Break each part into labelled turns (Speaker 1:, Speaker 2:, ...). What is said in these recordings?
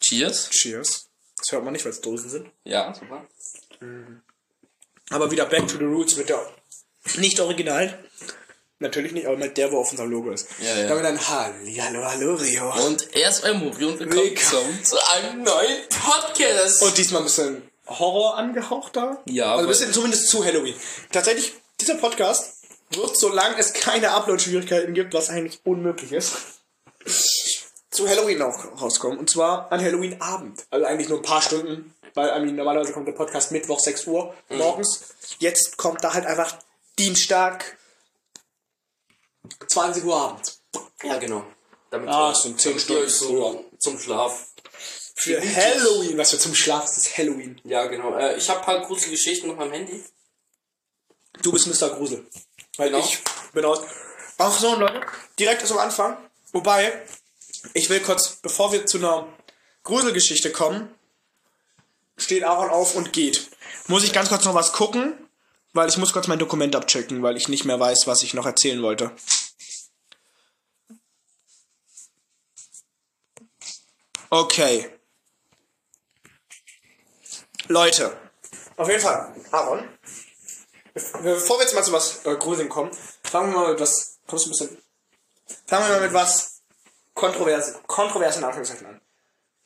Speaker 1: Cheers.
Speaker 2: Cheers. Das hört man nicht, weil es Dosen sind.
Speaker 1: Ja, super.
Speaker 2: Aber wieder back to the roots mit der nicht originalen. Natürlich nicht, aber mit der, wo auf unserem Logo ist.
Speaker 1: Ja, ja.
Speaker 2: Damit dann Halli, hallo, hallo, Rio.
Speaker 1: Und erst einmal Muri und willkommen
Speaker 2: Willkommen.
Speaker 1: zu einem neuen Podcast.
Speaker 2: Und diesmal ein bisschen Horror angehauchter.
Speaker 1: Ja,
Speaker 2: Also ein
Speaker 1: aber-
Speaker 2: bisschen zumindest zu Halloween. Tatsächlich, dieser Podcast wird, solange es keine Upload-Schwierigkeiten gibt, was eigentlich unmöglich ist, zu Halloween auch rauskommen. Und zwar an Halloween-Abend. Also eigentlich nur ein paar Stunden, weil I mean, normalerweise kommt der Podcast Mittwoch 6 Uhr
Speaker 1: Mhm.
Speaker 2: morgens. Jetzt kommt da halt einfach Dienstag 20 Uhr abends.
Speaker 1: ja, genau. Damit
Speaker 2: Ah,
Speaker 1: ihr-
Speaker 2: es sind zehn
Speaker 1: damit ihr
Speaker 2: Stunden
Speaker 1: euch so zum Schlaf.
Speaker 2: Für Halloween, was wir zum Schlaf ist, ist Halloween.
Speaker 1: Ja, genau. Äh, ich habe ein paar gruselige Geschichten noch am Handy.
Speaker 2: Du bist Mr. Grusel. Weil
Speaker 1: Genau.
Speaker 2: ich bin aus. Ach so, Leute. Direkt zum Anfang. Wobei, ich will kurz, bevor wir zu einer Gruselgeschichte kommen, steht Aaron auf und geht. Muss ich ganz kurz noch was gucken, weil ich muss kurz mein Dokument abchecken, weil ich nicht mehr weiß, was ich noch erzählen wollte. Okay. Leute. Auf jeden Fall, Aaron. Bevor wir jetzt mal zu was äh, Gruseln kommen, fangen wir mal mit was. Kommst du ein bisschen. Fangen wir mal mit was kontrovers, kontrovers in Anführungszeichen an.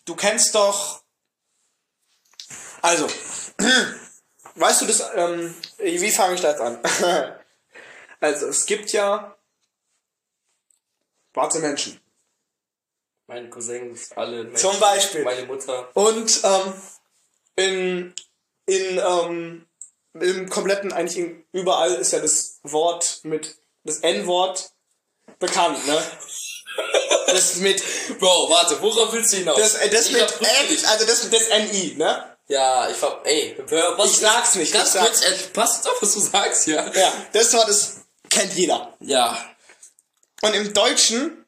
Speaker 2: Du kennst doch. Also. weißt du das. Ähm, wie fange ich da jetzt an? also, es gibt ja. schwarze Menschen.
Speaker 1: Meine Cousins, alle. Menschen,
Speaker 2: Zum Beispiel.
Speaker 1: Meine Mutter.
Speaker 2: Und ähm, in, in ähm, im kompletten, eigentlich in, überall ist ja das Wort mit, das N-Wort bekannt, ne? Das mit,
Speaker 1: Bro, warte, worauf willst du hinaus?
Speaker 2: das, äh, das
Speaker 1: Ich
Speaker 2: mit
Speaker 1: hab wirklich-
Speaker 2: N, also das mit das N-I, ne?
Speaker 1: Ja, ich hab, ey, hör, was?
Speaker 2: Ich sag's nicht,
Speaker 1: Also Ganz
Speaker 2: ich
Speaker 1: kurz, äh, passt auf, was du sagst, ja.
Speaker 2: Ja, das Wort ist, kennt jeder.
Speaker 1: Ja.
Speaker 2: Und im Deutschen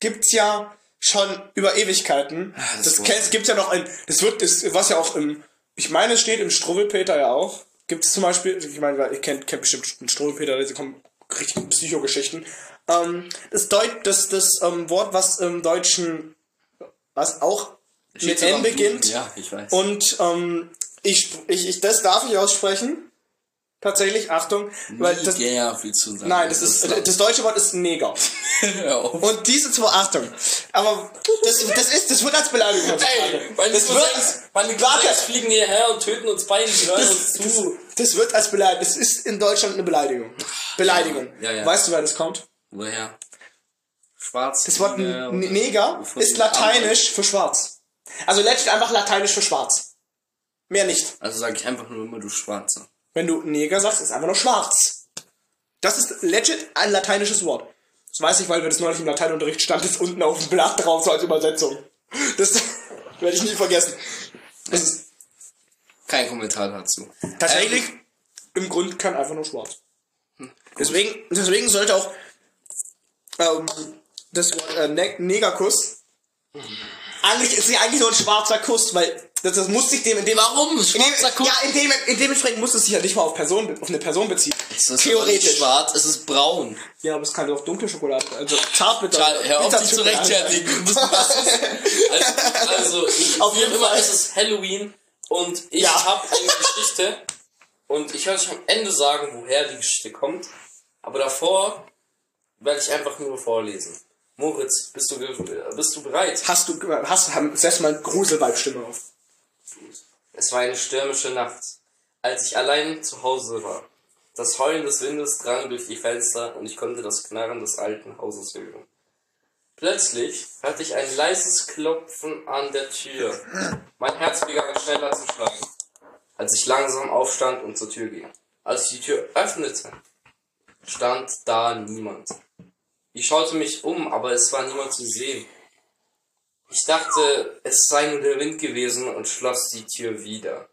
Speaker 2: gibt's ja schon über Ewigkeiten.
Speaker 1: Ah, das
Speaker 2: Das,
Speaker 1: Wort.
Speaker 2: das gibt's ja noch ein, das wird, das, was ja auch im, ich meine, es steht im Struwwelpeter ja auch. Gibt es zum Beispiel, ich meine, weil ich kenne kennt bestimmt einen Struwwelpeter, diese kommen richtig Psychogeschichten. Ähm, das Deut, das, das ähm, Wort, was im Deutschen, was auch mit
Speaker 1: sogar
Speaker 2: N
Speaker 1: am
Speaker 2: beginnt.
Speaker 1: Duden, Ja, ich weiß.
Speaker 2: Und ähm, ich, sp- ich, ich, das darf ich aussprechen. Tatsächlich, Achtung, weil das,
Speaker 1: ja, viel zu sagen.
Speaker 2: nein, das ist, das deutsche Wort ist Neger.
Speaker 1: Hör auf.
Speaker 2: Und diese zwei Achtung. Aber das, das ist, das wird als Beleidigung.
Speaker 1: Ey,
Speaker 2: heutzutage.
Speaker 1: meine
Speaker 2: das,
Speaker 1: Cousins,
Speaker 2: wird,
Speaker 1: meine
Speaker 2: Warte.
Speaker 1: Cousins fliegen hierher und töten uns beide, die hören uns
Speaker 2: das, das,
Speaker 1: zu.
Speaker 2: das wird als Beleidigung. Das ist in Deutschland eine Beleidigung. Beleidigung.
Speaker 1: Ja, ja.
Speaker 2: Weißt du, woher das kommt?
Speaker 1: Woher? Schwarz.
Speaker 2: Das Wort
Speaker 1: Neger
Speaker 2: N-
Speaker 1: oder-
Speaker 2: Neger
Speaker 1: von-
Speaker 2: ist lateinisch für schwarz. Also letztlich einfach lateinisch für schwarz. Mehr nicht.
Speaker 1: Also sage ich einfach nur immer, du Schwarze.
Speaker 2: Wenn du Neger sagst, ist einfach nur schwarz. Das ist legit ein lateinisches Wort. Das weiß ich, weil wir das neulich im Lateinunterricht stand, das unten auf dem Blatt drauf, so als Übersetzung. Das werde ich nie vergessen. Das ist
Speaker 1: Kein Kommentar dazu. Ähm,
Speaker 2: Tatsächlich, Ähm, im Grund kann einfach nur schwarz.
Speaker 1: hm,
Speaker 2: Deswegen, deswegen sollte auch ähm, das Wort äh, ne Negerkuss. Eigentlich ist sie eigentlich nur ein schwarzer Kuss, weil das, das muss sich dem in dem
Speaker 1: Warum?
Speaker 2: In dem,
Speaker 1: Schwarzer Kuss?
Speaker 2: ja, in dem, in dementsprechend muss es sich ja nicht mal auf Person auf eine Person beziehen.
Speaker 1: Es ist aber nicht
Speaker 2: Theoretisch.
Speaker 1: schwarz, es ist braun.
Speaker 2: Ja, aber es kann doch dunkle Schokolade, also zart bitter.
Speaker 1: Schal, hör auf,
Speaker 2: bitter
Speaker 1: dich zu
Speaker 2: Schokolade.
Speaker 1: rechtfertigen. Du bist ein Rassist. Also, also ich,
Speaker 2: Auf
Speaker 1: wie
Speaker 2: jeden
Speaker 1: immer
Speaker 2: Fall.
Speaker 1: ist es Halloween und ich
Speaker 2: Ja.
Speaker 1: habe eine Geschichte und ich werde euch am Ende sagen, woher die Geschichte kommt. Aber davor werde ich einfach nur vorlesen. Moritz, bist du, ge- bist du bereit?
Speaker 2: Hast du, hast, haben- setz mal Gruselweibstimme auf.
Speaker 1: Es war eine stürmische Nacht, als ich allein zu Hause war. Das Heulen des Windes drang durch die Fenster und ich konnte das Knarren des alten Hauses hören. Plötzlich hörte ich ein leises Klopfen an der Tür. Mein Herz begann schneller zu schlagen, als ich langsam aufstand und zur Tür ging. Als ich die Tür öffnete, stand da niemand. Ich schaute mich um, aber es war niemand zu sehen. Ich dachte, es sei nur der Wind gewesen und schloss die Tür wieder.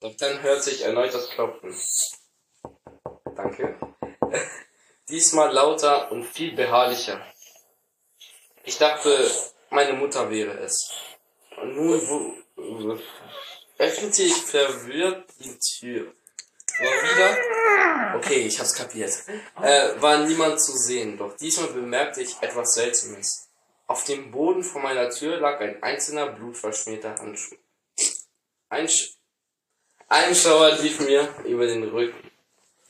Speaker 1: Doch dann hörte ich erneut das Klopfen. Danke. Diesmal lauter und viel beharrlicher. Ich dachte, meine Mutter wäre es. Und nun wo, öffnete ich verwirrt die Tür. War wieder Okay, ich hab's kapiert. Äh, war niemand zu sehen, doch diesmal bemerkte ich etwas Seltsames. Auf dem Boden vor meiner Tür lag ein einzelner blutverschmierter Handschuh. Ein, Sch ein Schauer lief mir über den Rücken.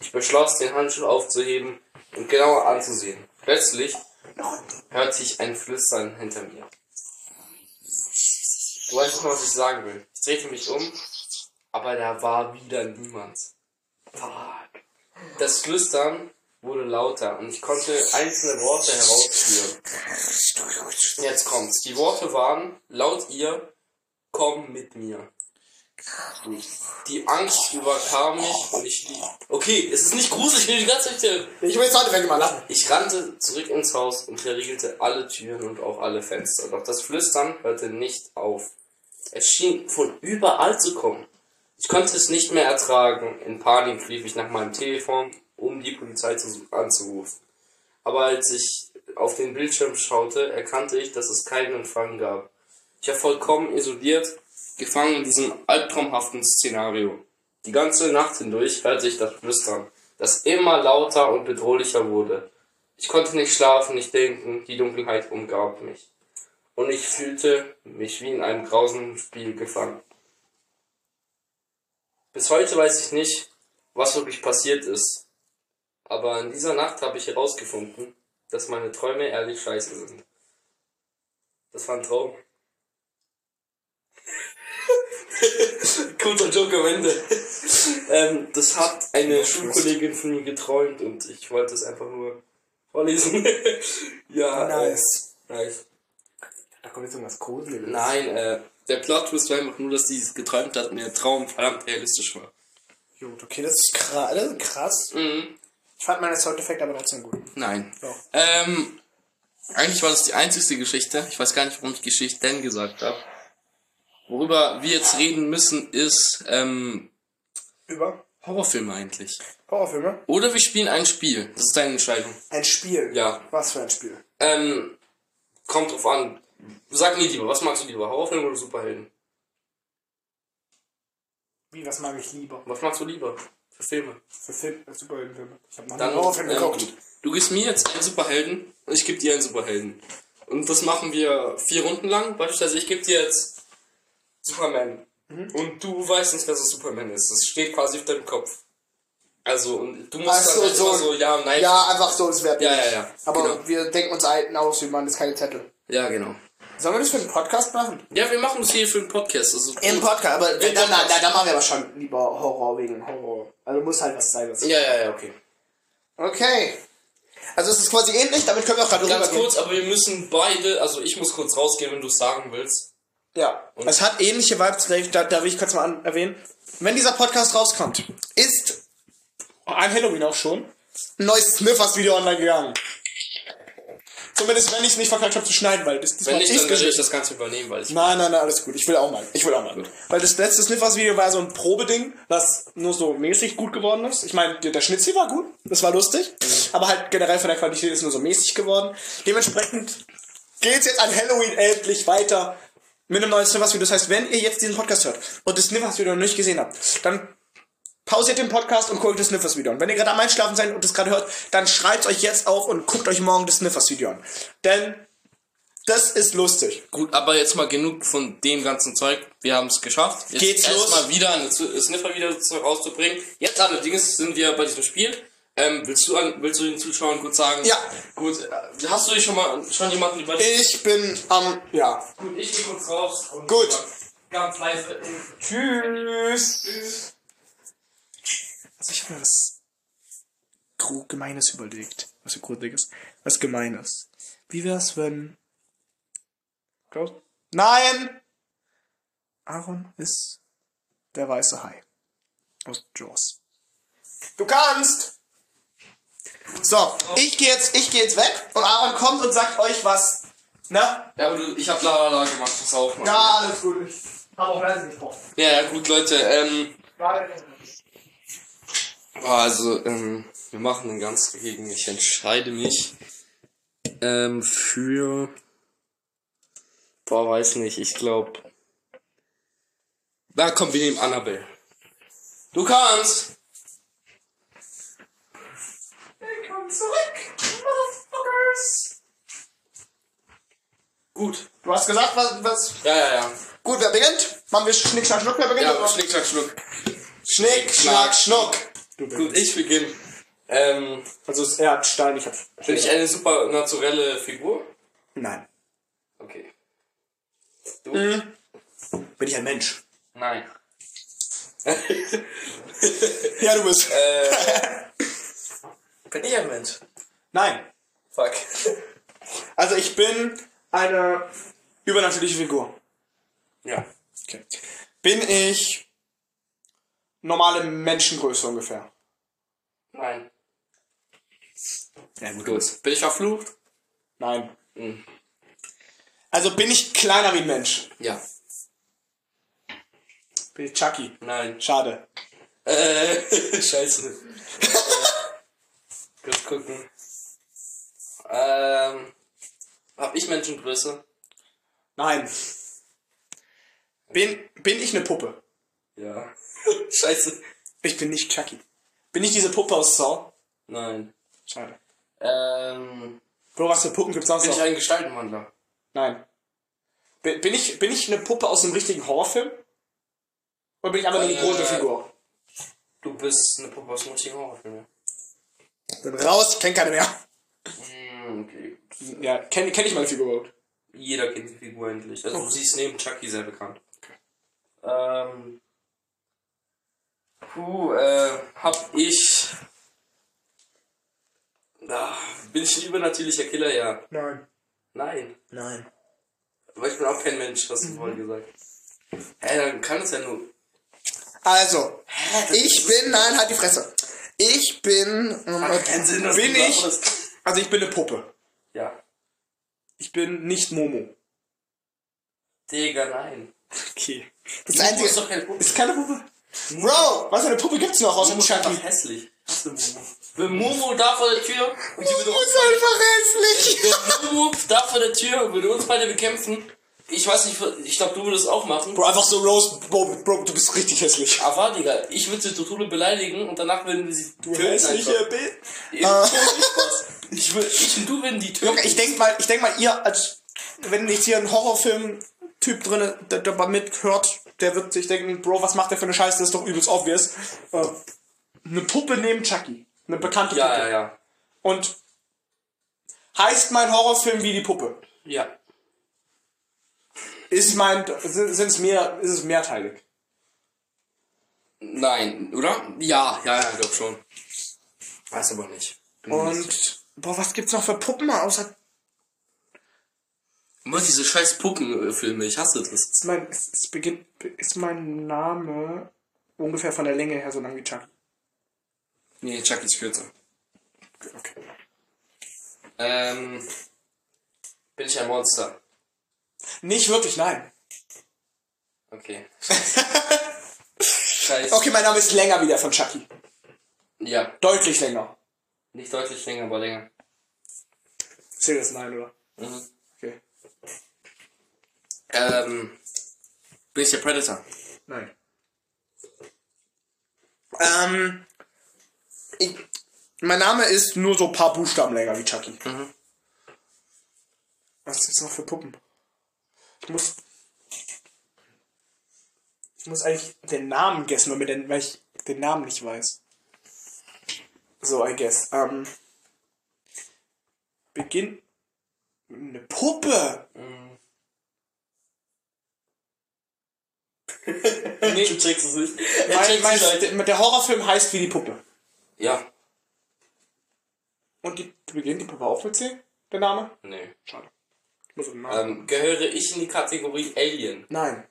Speaker 1: Ich beschloss, den Handschuh aufzuheben und genauer anzusehen. Plötzlich hörte ich ein Flüstern hinter mir. Du weißt nicht, mal, was ich sagen will. Ich drehte mich um, aber da war wieder niemand. Fuck. Das Flüstern wurde lauter und ich konnte einzelne Worte herausführen. Jetzt kommt's. Die Worte waren, laut ihr, komm mit mir. Die Angst überkam mich und ich lief. Okay, es ist nicht gruselig, wenn du die ganze Zeit hier-
Speaker 2: Ich will jetzt heute weg mal lachen.
Speaker 1: ich rannte zurück ins Haus und verriegelte alle Türen und auch alle Fenster. Doch das Flüstern hörte nicht auf. Es schien von überall zu kommen. Ich konnte es nicht mehr ertragen. In Panik lief ich nach meinem Telefon, um die Polizei zu, anzurufen. Aber als ich auf den Bildschirm schaute, erkannte ich, dass es keinen Empfang gab. Ich war vollkommen isoliert, gefangen in diesem albtraumhaften Szenario. Die ganze Nacht hindurch hörte ich das Flüstern, das immer lauter und bedrohlicher wurde. Ich konnte nicht schlafen, nicht denken, die Dunkelheit umgab mich. Und ich fühlte mich wie in einem grausigen Spiel gefangen. Bis heute weiß ich nicht, was wirklich passiert ist. Aber in dieser Nacht habe ich herausgefunden, dass meine Träume ehrlich scheiße sind. Das war ein Traum. Kurzer Joke am Ende. ähm, das hat eine Schulkollegin von mir geträumt und ich wollte es einfach nur vorlesen. ja.
Speaker 2: Nice.
Speaker 1: Äh, nice.
Speaker 2: Da kommt jetzt irgendwas Gruseliges.
Speaker 1: Nein, äh, der Plot-Twist war einfach nur, dass die es geträumt hat und der Traum verdammt realistisch war.
Speaker 2: Gut, okay, das ist, kra das ist krass.
Speaker 1: Mhm.
Speaker 2: Ich fand meine Soundeffekte aber trotzdem gut.
Speaker 1: Nein.
Speaker 2: Ja.
Speaker 1: Ähm, eigentlich war das die einzigste Geschichte. Ich weiß gar nicht, warum ich Geschichten gesagt habe. Worüber wir jetzt reden müssen, ist ähm,
Speaker 2: Über
Speaker 1: Horrorfilme eigentlich.
Speaker 2: Horrorfilme?
Speaker 1: Oder wir spielen ein Spiel. Das ist deine Entscheidung.
Speaker 2: Ein Spiel.
Speaker 1: Ja.
Speaker 2: Was für ein Spiel?
Speaker 1: Ähm, kommt drauf an. Sag mir lieber, was magst du lieber? Horrorfilme oder Superhelden?
Speaker 2: Wie, was mag ich lieber?
Speaker 1: Was magst du lieber? Für Filme?
Speaker 2: Für Film, äh, Superheldenfilme. Ich habe noch nie
Speaker 1: Dann,
Speaker 2: einen Horrorfilm
Speaker 1: ähm,
Speaker 2: geguckt.
Speaker 1: Du gibst mir jetzt einen Superhelden und ich gebe dir einen Superhelden. Und das machen wir vier Runden lang. Beispielsweise, ich gebe dir jetzt Superman.
Speaker 2: Mhm.
Speaker 1: Und du weißt nicht, dass es Superman ist. Das steht quasi auf deinem Kopf. Also, und du musst
Speaker 2: Ach so,
Speaker 1: dann halt
Speaker 2: so.
Speaker 1: immer so, ja, nein.
Speaker 2: Ja, einfach so, es wäre
Speaker 1: Ja, ja, ja.
Speaker 2: Aber
Speaker 1: Genau.
Speaker 2: wir denken uns einen aus, wir machen das keine Zettel.
Speaker 1: ja, genau.
Speaker 2: Sollen wir das für einen Podcast machen?
Speaker 1: Ja, wir machen das hier für den Podcast. Also,
Speaker 2: Im Podcast, aber dann,
Speaker 1: dann-
Speaker 2: dann, dann machen wir aber schon lieber Horror wegen Horror. Also muss halt was sein. Was
Speaker 1: ja, ja, ja, okay.
Speaker 2: Okay. Also es ist quasi ähnlich, damit können wir auch gerade
Speaker 1: Ganz
Speaker 2: rübergehen.
Speaker 1: kurz, aber wir müssen beide, also ich muss kurz rausgehen, wenn du es sagen willst.
Speaker 2: Ja. es hat ähnliche Vibes, Dave, da, da will ich kurz mal an, erwähnen. Wenn dieser Podcast rauskommt, ist an Halloween auch schon ein neues Sniffers-Video online gegangen. Zumindest wenn ich es nicht verkackt habe zu schneiden, weil das, das
Speaker 1: Wenn
Speaker 2: hab
Speaker 1: nicht,
Speaker 2: ich's
Speaker 1: dann werde ich
Speaker 2: geschnitten.
Speaker 1: das Ganze übernehmen, weil ich.
Speaker 2: Nein, nein, nein, alles gut. Ich will auch mal. Ich will auch mal. Weil das letzte Sniffers-Video war so ein Probeding, was nur so mäßig gut geworden ist. Ich meine, der der Schnitzel war gut, das war lustig, aber halt generell von der Qualität ist nur so mäßig geworden. Dementsprechend geht's jetzt an Halloween endlich weiter mit einem neuen Sniffers-Video. Das heißt, wenn ihr jetzt diesen Podcast hört und das Sniffers-Video noch nicht gesehen habt, dann pausiert den Podcast und guckt das Sniffers-Video an. Wenn ihr gerade am Einschlafen seid und das gerade hört, dann schreibt euch jetzt auf und guckt euch morgen das Sniffers-Video an. Denn das ist lustig.
Speaker 1: Gut, aber jetzt mal genug von dem ganzen Zeug. Wir haben es geschafft. Jetzt
Speaker 2: Geht's los?
Speaker 1: Erstmal wieder eine Zu- Sniffer wieder zu- rauszubringen. Jetzt allerdings sind wir bei diesem Spiel. Ähm, willst, du an, willst du den Zuschauern kurz sagen?
Speaker 2: Ja. Äh,
Speaker 1: Gut, äh, hast du dich schon mal schon jemanden über
Speaker 2: Ich bin am. Ja.
Speaker 1: Gut, ich gehe kurz raus. Und
Speaker 2: Gut.
Speaker 1: Ganz leise.
Speaker 2: Tschüss. Also ich habe mir was gru- Gemeines überlegt. Was so Gruseliges. Was Gemeines. Wie wär's, wenn. Klaus? Nein! Aaron ist der weiße Hai. Aus Jaws. Du kannst! So, ich gehe jetzt, ich geh jetzt weg und Aaron kommt und sagt euch was. Na?
Speaker 1: Ja, aber du, ich habe la la la gemacht. Pass auf. Mann.
Speaker 2: Ja, alles gut. Ich hab auch leise gesprochen.
Speaker 1: Ja, ja, gut, Leute. Ähm,
Speaker 2: Warte.
Speaker 1: Oh, Also, ähm, wir machen den ganzen Regen. Ich entscheide mich ähm, für. Boah, weiß nicht, ich glaube. Na komm, wir nehmen Annabelle. Du kannst!
Speaker 2: Willkommen zurück, Motherfuckers!
Speaker 1: Gut.
Speaker 2: Du hast gesagt, was. was
Speaker 1: Ja, ja, ja.
Speaker 2: gut, wer beginnt? Machen wir Schnick, Schnack, Schnuck, wer beginnt?
Speaker 1: Ja, schnick, schnack, schnuck.
Speaker 2: Schnick, Schnack, Schnuck. Du
Speaker 1: Gut, ich beginne. Ähm,
Speaker 2: Also, es- er hat Stein, ich hab.
Speaker 1: bin ich eine super naturelle Figur?
Speaker 2: Nein.
Speaker 1: Okay. Du?
Speaker 2: Bin ich ein Mensch?
Speaker 1: Nein.
Speaker 2: Ja, du bist.
Speaker 1: Bin ich ein Mensch?
Speaker 2: Nein.
Speaker 1: Fuck.
Speaker 2: Also, ich bin eine übernatürliche Figur.
Speaker 1: Ja.
Speaker 2: Okay. Bin ich normale Menschengröße ungefähr?
Speaker 1: Nein.
Speaker 2: Ja, gut.
Speaker 1: Gut. Bin ich verflucht?
Speaker 2: Nein. Also, bin ich kleiner wie ein Mensch?
Speaker 1: Ja.
Speaker 2: Bin ich Chucky?
Speaker 1: Nein.
Speaker 2: Schade.
Speaker 1: Äh, scheiße. Kurz gucken. Ähm, hab ich Menschengröße?
Speaker 2: Nein. Bin, bin ich eine Puppe?
Speaker 1: Ja. scheiße.
Speaker 2: Ich bin nicht Chucky. Bin ich diese Puppe aus Saw?
Speaker 1: Nein.
Speaker 2: Schade.
Speaker 1: Ähm,
Speaker 2: Bro, was für Puppen gibt's sonst
Speaker 1: bin ich
Speaker 2: noch?
Speaker 1: ein Gestaltenwandler?
Speaker 2: Nein. Bin, bin, ich, bin ich eine Puppe aus einem richtigen Horrorfilm? Oder bin ich einfach nur eine
Speaker 1: Äh,
Speaker 2: große Figur?
Speaker 1: Du bist eine Puppe aus Mochi Horrorfilm.
Speaker 2: Bin raus, ich kenn keine mehr.
Speaker 1: Hm, okay.
Speaker 2: Ja, kenn, kenn ich meine Figur überhaupt?
Speaker 1: Jeder kennt die Figur endlich. Also sie ist neben Chucky sehr bekannt. Ähm. Puh, äh, hab ich. Ah, bin ich ein übernatürlicher Killer? Ja.
Speaker 2: Nein.
Speaker 1: Nein.
Speaker 2: Nein.
Speaker 1: Aber ich bin auch kein Mensch, hast du
Speaker 2: Mhm.
Speaker 1: vorhin gesagt. Hä, dann kann es ja nur.
Speaker 2: Also, ich bin, nein, halt die Fresse. Ich bin, oh
Speaker 1: Macht keinen Sinn, dass
Speaker 2: bin
Speaker 1: du
Speaker 2: ich,
Speaker 1: sagst.
Speaker 2: also ich bin eine Puppe.
Speaker 1: Ja.
Speaker 2: Ich bin nicht Momo.
Speaker 1: Digga, nein.
Speaker 2: Okay. Das
Speaker 1: Momo
Speaker 2: einzige
Speaker 1: ist doch kein Puppe.
Speaker 2: Ist keine Puppe? Bro, was für eine Puppe gibt's noch außer
Speaker 1: Momo ist
Speaker 2: Chucky?
Speaker 1: einfach hässlich. Hast du Momo? Wenn Momo da vor der Tür und die würde uns
Speaker 2: einfach
Speaker 1: Wenn Momo da vor der Tür würde uns beide bekämpfen, ich weiß nicht, ich glaube, du würdest auch machen.
Speaker 2: Bro, einfach so Rose, Bro, Bro du bist richtig hässlich.
Speaker 1: Aber Digga, ich würde sie Totole beleidigen und danach würden wir sie du
Speaker 2: Bild.
Speaker 1: Ich, würd- ich und du würden die töten.
Speaker 2: Junge, ich denk mal, ich denk mal, ihr als, wenn jetzt hier ein Horrorfilm-Typ drin, der dabei mithört, der wird sich denken, Bro, was macht der für eine Scheiße, das ist doch übelst obvious. Äh, eine Puppe neben Chucky. Eine bekannte
Speaker 1: ja,
Speaker 2: Puppe.
Speaker 1: ja, ja.
Speaker 2: Und heißt mein Horrorfilm wie die Puppe?
Speaker 1: Ja.
Speaker 2: Ist mein, sind, sind's mehr, ist es mehrteilig?
Speaker 1: Nein, oder? Ja, ja, ja, glaub schon. Weiß aber nicht.
Speaker 2: Und, boah, was gibt's noch für Puppen außer
Speaker 1: Immer diese scheiß Puppenfilme, ich hasse das.
Speaker 2: Ist mein, es, es beginnt, ist mein Name ungefähr von der Länge her so lang wie Chucky.
Speaker 1: Nee, Chucky ist kürzer.
Speaker 2: Okay.
Speaker 1: Ähm. Bin ich ein Monster?
Speaker 2: Nicht wirklich, nein.
Speaker 1: Okay. Scheiße.
Speaker 2: Okay, mein Name ist länger wie der von Chucky.
Speaker 1: Ja,
Speaker 2: Deutlich länger.
Speaker 1: Nicht deutlich länger, aber länger. Mhm.
Speaker 2: Zählt das nein, oder? Okay.
Speaker 1: Ähm, bin ich der Predator?
Speaker 2: Nein. Ähm, ich, mein Name ist nur so ein paar Buchstaben länger wie Chucky.
Speaker 1: Mhm.
Speaker 2: Was gibt's noch für Puppen? Ich muss. Ich muss eigentlich den Namen guessen, weil, mir den, weil ich den Namen nicht weiß. So, I guess. Ähm. Beginn. Eine Puppe!
Speaker 1: Nee, du checkst es nicht. Er
Speaker 2: Mein,
Speaker 1: checkt
Speaker 2: mein,
Speaker 1: es nicht.
Speaker 2: der, der Horrorfilm heißt wie die Puppe.
Speaker 1: Ja.
Speaker 2: Und die, beginnt die Puppe auch mit C? Der Name?
Speaker 1: Nee.
Speaker 2: Schade. Ich muss auf den Namen.
Speaker 1: Ähm, gehöre ich in die Kategorie Alien?
Speaker 2: Nein.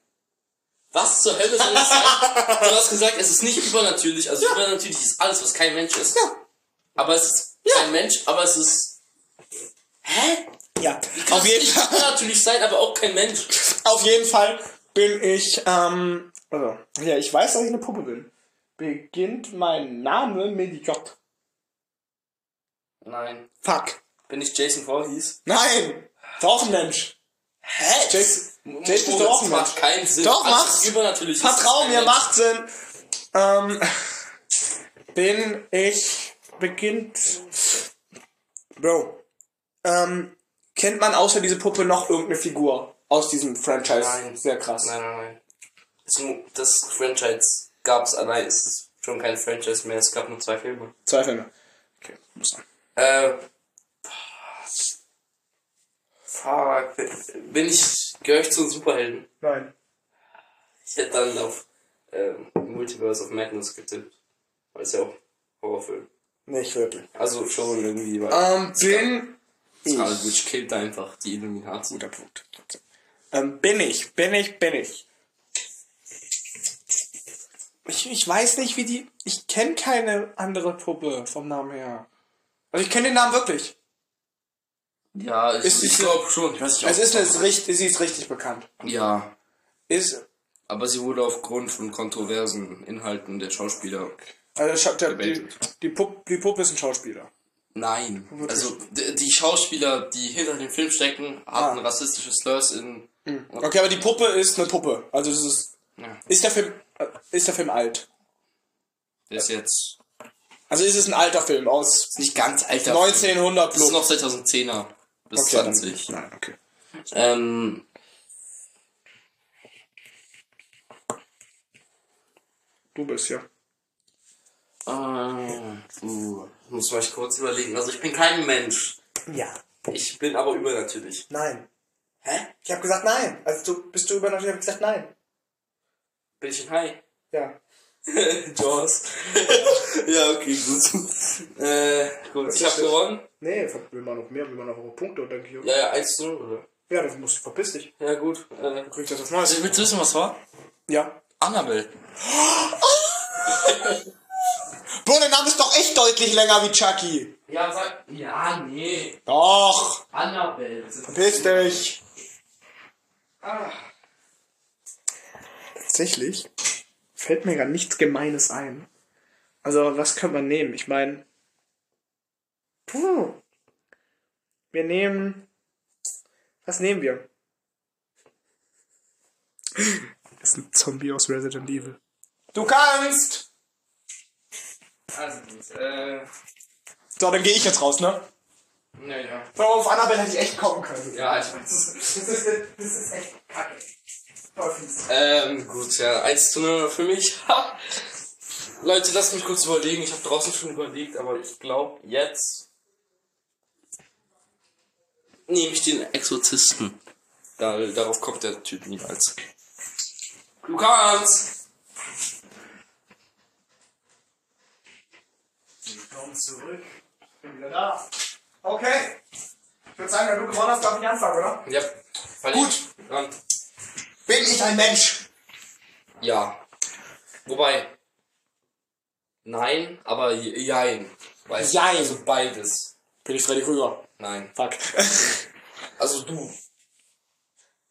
Speaker 1: Was zur Hölle soll das sein? Du hast gesagt, es ist nicht übernatürlich. Also übernatürlich ist alles, was kein Mensch ist.
Speaker 2: Ja.
Speaker 1: Aber es ist kein Mensch, aber es ist... Hä?
Speaker 2: Ja.
Speaker 1: Kann
Speaker 2: Auf
Speaker 1: es
Speaker 2: jeden
Speaker 1: nicht
Speaker 2: Fall.
Speaker 1: übernatürlich sein, aber auch kein Mensch.
Speaker 2: Auf jeden Fall bin ich, ähm, also, ja, ich weiß, dass ich eine Puppe bin. Beginnt mein Name mit J.
Speaker 1: Nein.
Speaker 2: Fuck.
Speaker 1: Bin ich Jason Voorhees?
Speaker 2: Nein! Doch, Mensch!
Speaker 1: Hä?
Speaker 2: Jason, Jason ist
Speaker 1: Jason
Speaker 2: doch auch
Speaker 1: das
Speaker 2: ein
Speaker 1: macht
Speaker 2: Mensch.
Speaker 1: keinen Sinn.
Speaker 2: Doch,
Speaker 1: Alles
Speaker 2: macht's.
Speaker 1: ist Übernatürlich es ist
Speaker 2: Vertrau
Speaker 1: kein
Speaker 2: mir,
Speaker 1: Mensch.
Speaker 2: macht Sinn! Ähm, bin ich, beginnt, Bro, ähm, kennt man außer diese Puppe noch irgendeine Figur aus diesem Franchise.
Speaker 1: Nein.
Speaker 2: Sehr krass.
Speaker 1: Nein, nein, nein. Das, Mo- das Franchise gab es allein. Es ist schon kein Franchise mehr. Es gab nur zwei Filme.
Speaker 2: Zwei Filme. Okay, muss sein.
Speaker 1: Äh. Fuck. Bin ich. Gehöre ich zu den Superhelden?
Speaker 2: Nein.
Speaker 1: Ich hätte dann auf ähm, Multiverse of Madness getippt. Weil es ja auch Horrorfilm.
Speaker 2: Nicht wirklich.
Speaker 1: Also schon irgendwie. Weil
Speaker 2: Ähm, bin ich.
Speaker 1: Scarlet Witch killt einfach die Illuminati.
Speaker 2: Guter Punkt. Ähm, bin ich, bin ich, bin ich. Ich, ich weiß nicht, wie die. Ich kenne keine andere Puppe vom Namen her. Also ich kenne den Namen wirklich.
Speaker 1: Ja, ich,
Speaker 2: Ist
Speaker 1: ich
Speaker 2: die-
Speaker 1: glaube schon. Ich weiß nicht,
Speaker 2: Es
Speaker 1: ob-
Speaker 2: ist, eine, richtig, sie ist richtig bekannt.
Speaker 1: Ja.
Speaker 2: Ist.
Speaker 1: Aber sie wurde aufgrund von kontroversen Inhalten der Schauspieler.
Speaker 2: Also scha- der, die,
Speaker 1: Gewältigt.
Speaker 2: die, Pupp, die Puppe ist ein Schauspieler.
Speaker 1: Nein. Also d- die Schauspieler, die hinter dem Film stecken, hatten rassistische Slurs in.
Speaker 2: Okay, aber die Puppe ist eine Puppe. Also es ist.
Speaker 1: Ja,
Speaker 2: Ist der Film. äh, Ist der Film alt?
Speaker 1: der ist jetzt
Speaker 2: Also ist es ein alter Film aus
Speaker 1: nicht ganz alter. Film.
Speaker 2: 1900
Speaker 1: Das ist
Speaker 2: plus.
Speaker 1: noch 2010er bis
Speaker 2: Okay, dann-
Speaker 1: 20.
Speaker 2: Nein, okay.
Speaker 1: Ähm.
Speaker 2: Du bist ja.
Speaker 1: Äh, uh, muss mal kurz überlegen. Also ich bin kein Mensch.
Speaker 2: Ja.
Speaker 1: Ich bin aber übernatürlich.
Speaker 2: Nein.
Speaker 1: Hä?
Speaker 2: Ich habe gesagt nein. Also du bist du übernatürlich, habe ich gesagt nein.
Speaker 1: Bin ich ein Hai?
Speaker 2: Ja.
Speaker 1: Jaws. ja, okay, gut. äh, gut. Ich hab gewonnen.
Speaker 2: Nee, will man noch mehr, will man noch Punkte oder Ja,
Speaker 1: Ja, ja, 1 zu 0, oder?
Speaker 2: ja dann musst du verpiss dich.
Speaker 1: Ja, gut. Äh,
Speaker 2: Kriegst du das Neues?
Speaker 1: willst du wissen, was war?
Speaker 2: Ja.
Speaker 1: Annabelle.
Speaker 2: Bro, der Name ist doch echt deutlich länger wie Chucky.
Speaker 1: Ja, sag. Ja, nee.
Speaker 2: Doch.
Speaker 1: Annabelle.
Speaker 2: Verpiss dich.
Speaker 1: Ah.
Speaker 2: Tatsächlich fällt mir gar nichts Gemeines ein. Also, was könnte man nehmen? Ich meine. Puh. Wir nehmen. Was nehmen wir? Das ist ein Zombie aus Resident Evil. Du kannst!
Speaker 1: Also, gut, äh.
Speaker 2: So, dann gehe ich jetzt raus, ne?
Speaker 1: Naja.
Speaker 2: Bro, auf Annabelle hätte ich echt kommen können.
Speaker 1: Ja, ich weiß.
Speaker 2: Das ist, das ist echt kacke. Voll fies.
Speaker 1: Ähm, gut, ja. 1 zu 0 für mich. Ha! Leute, lasst mich kurz überlegen. Ich habe draußen schon überlegt, aber ich glaube, jetzt nehme ich den Exorzisten. Da, darauf kommt der Typ niemals. Du kannst!
Speaker 2: Willkommen zurück. Ich bin wieder da. Okay. Ich würde sagen, wenn du gewonnen hast, darf ich anfangen, oder?
Speaker 1: Ja. Gut. Dran.
Speaker 2: Bin ich ein Mensch?
Speaker 1: Ja. Wobei. Nein, aber je- jein. Weißt du,
Speaker 2: Jein.
Speaker 1: Also beides.
Speaker 2: Bin ich Freddy Krüger?
Speaker 1: Nein.
Speaker 2: Fuck.
Speaker 1: Also du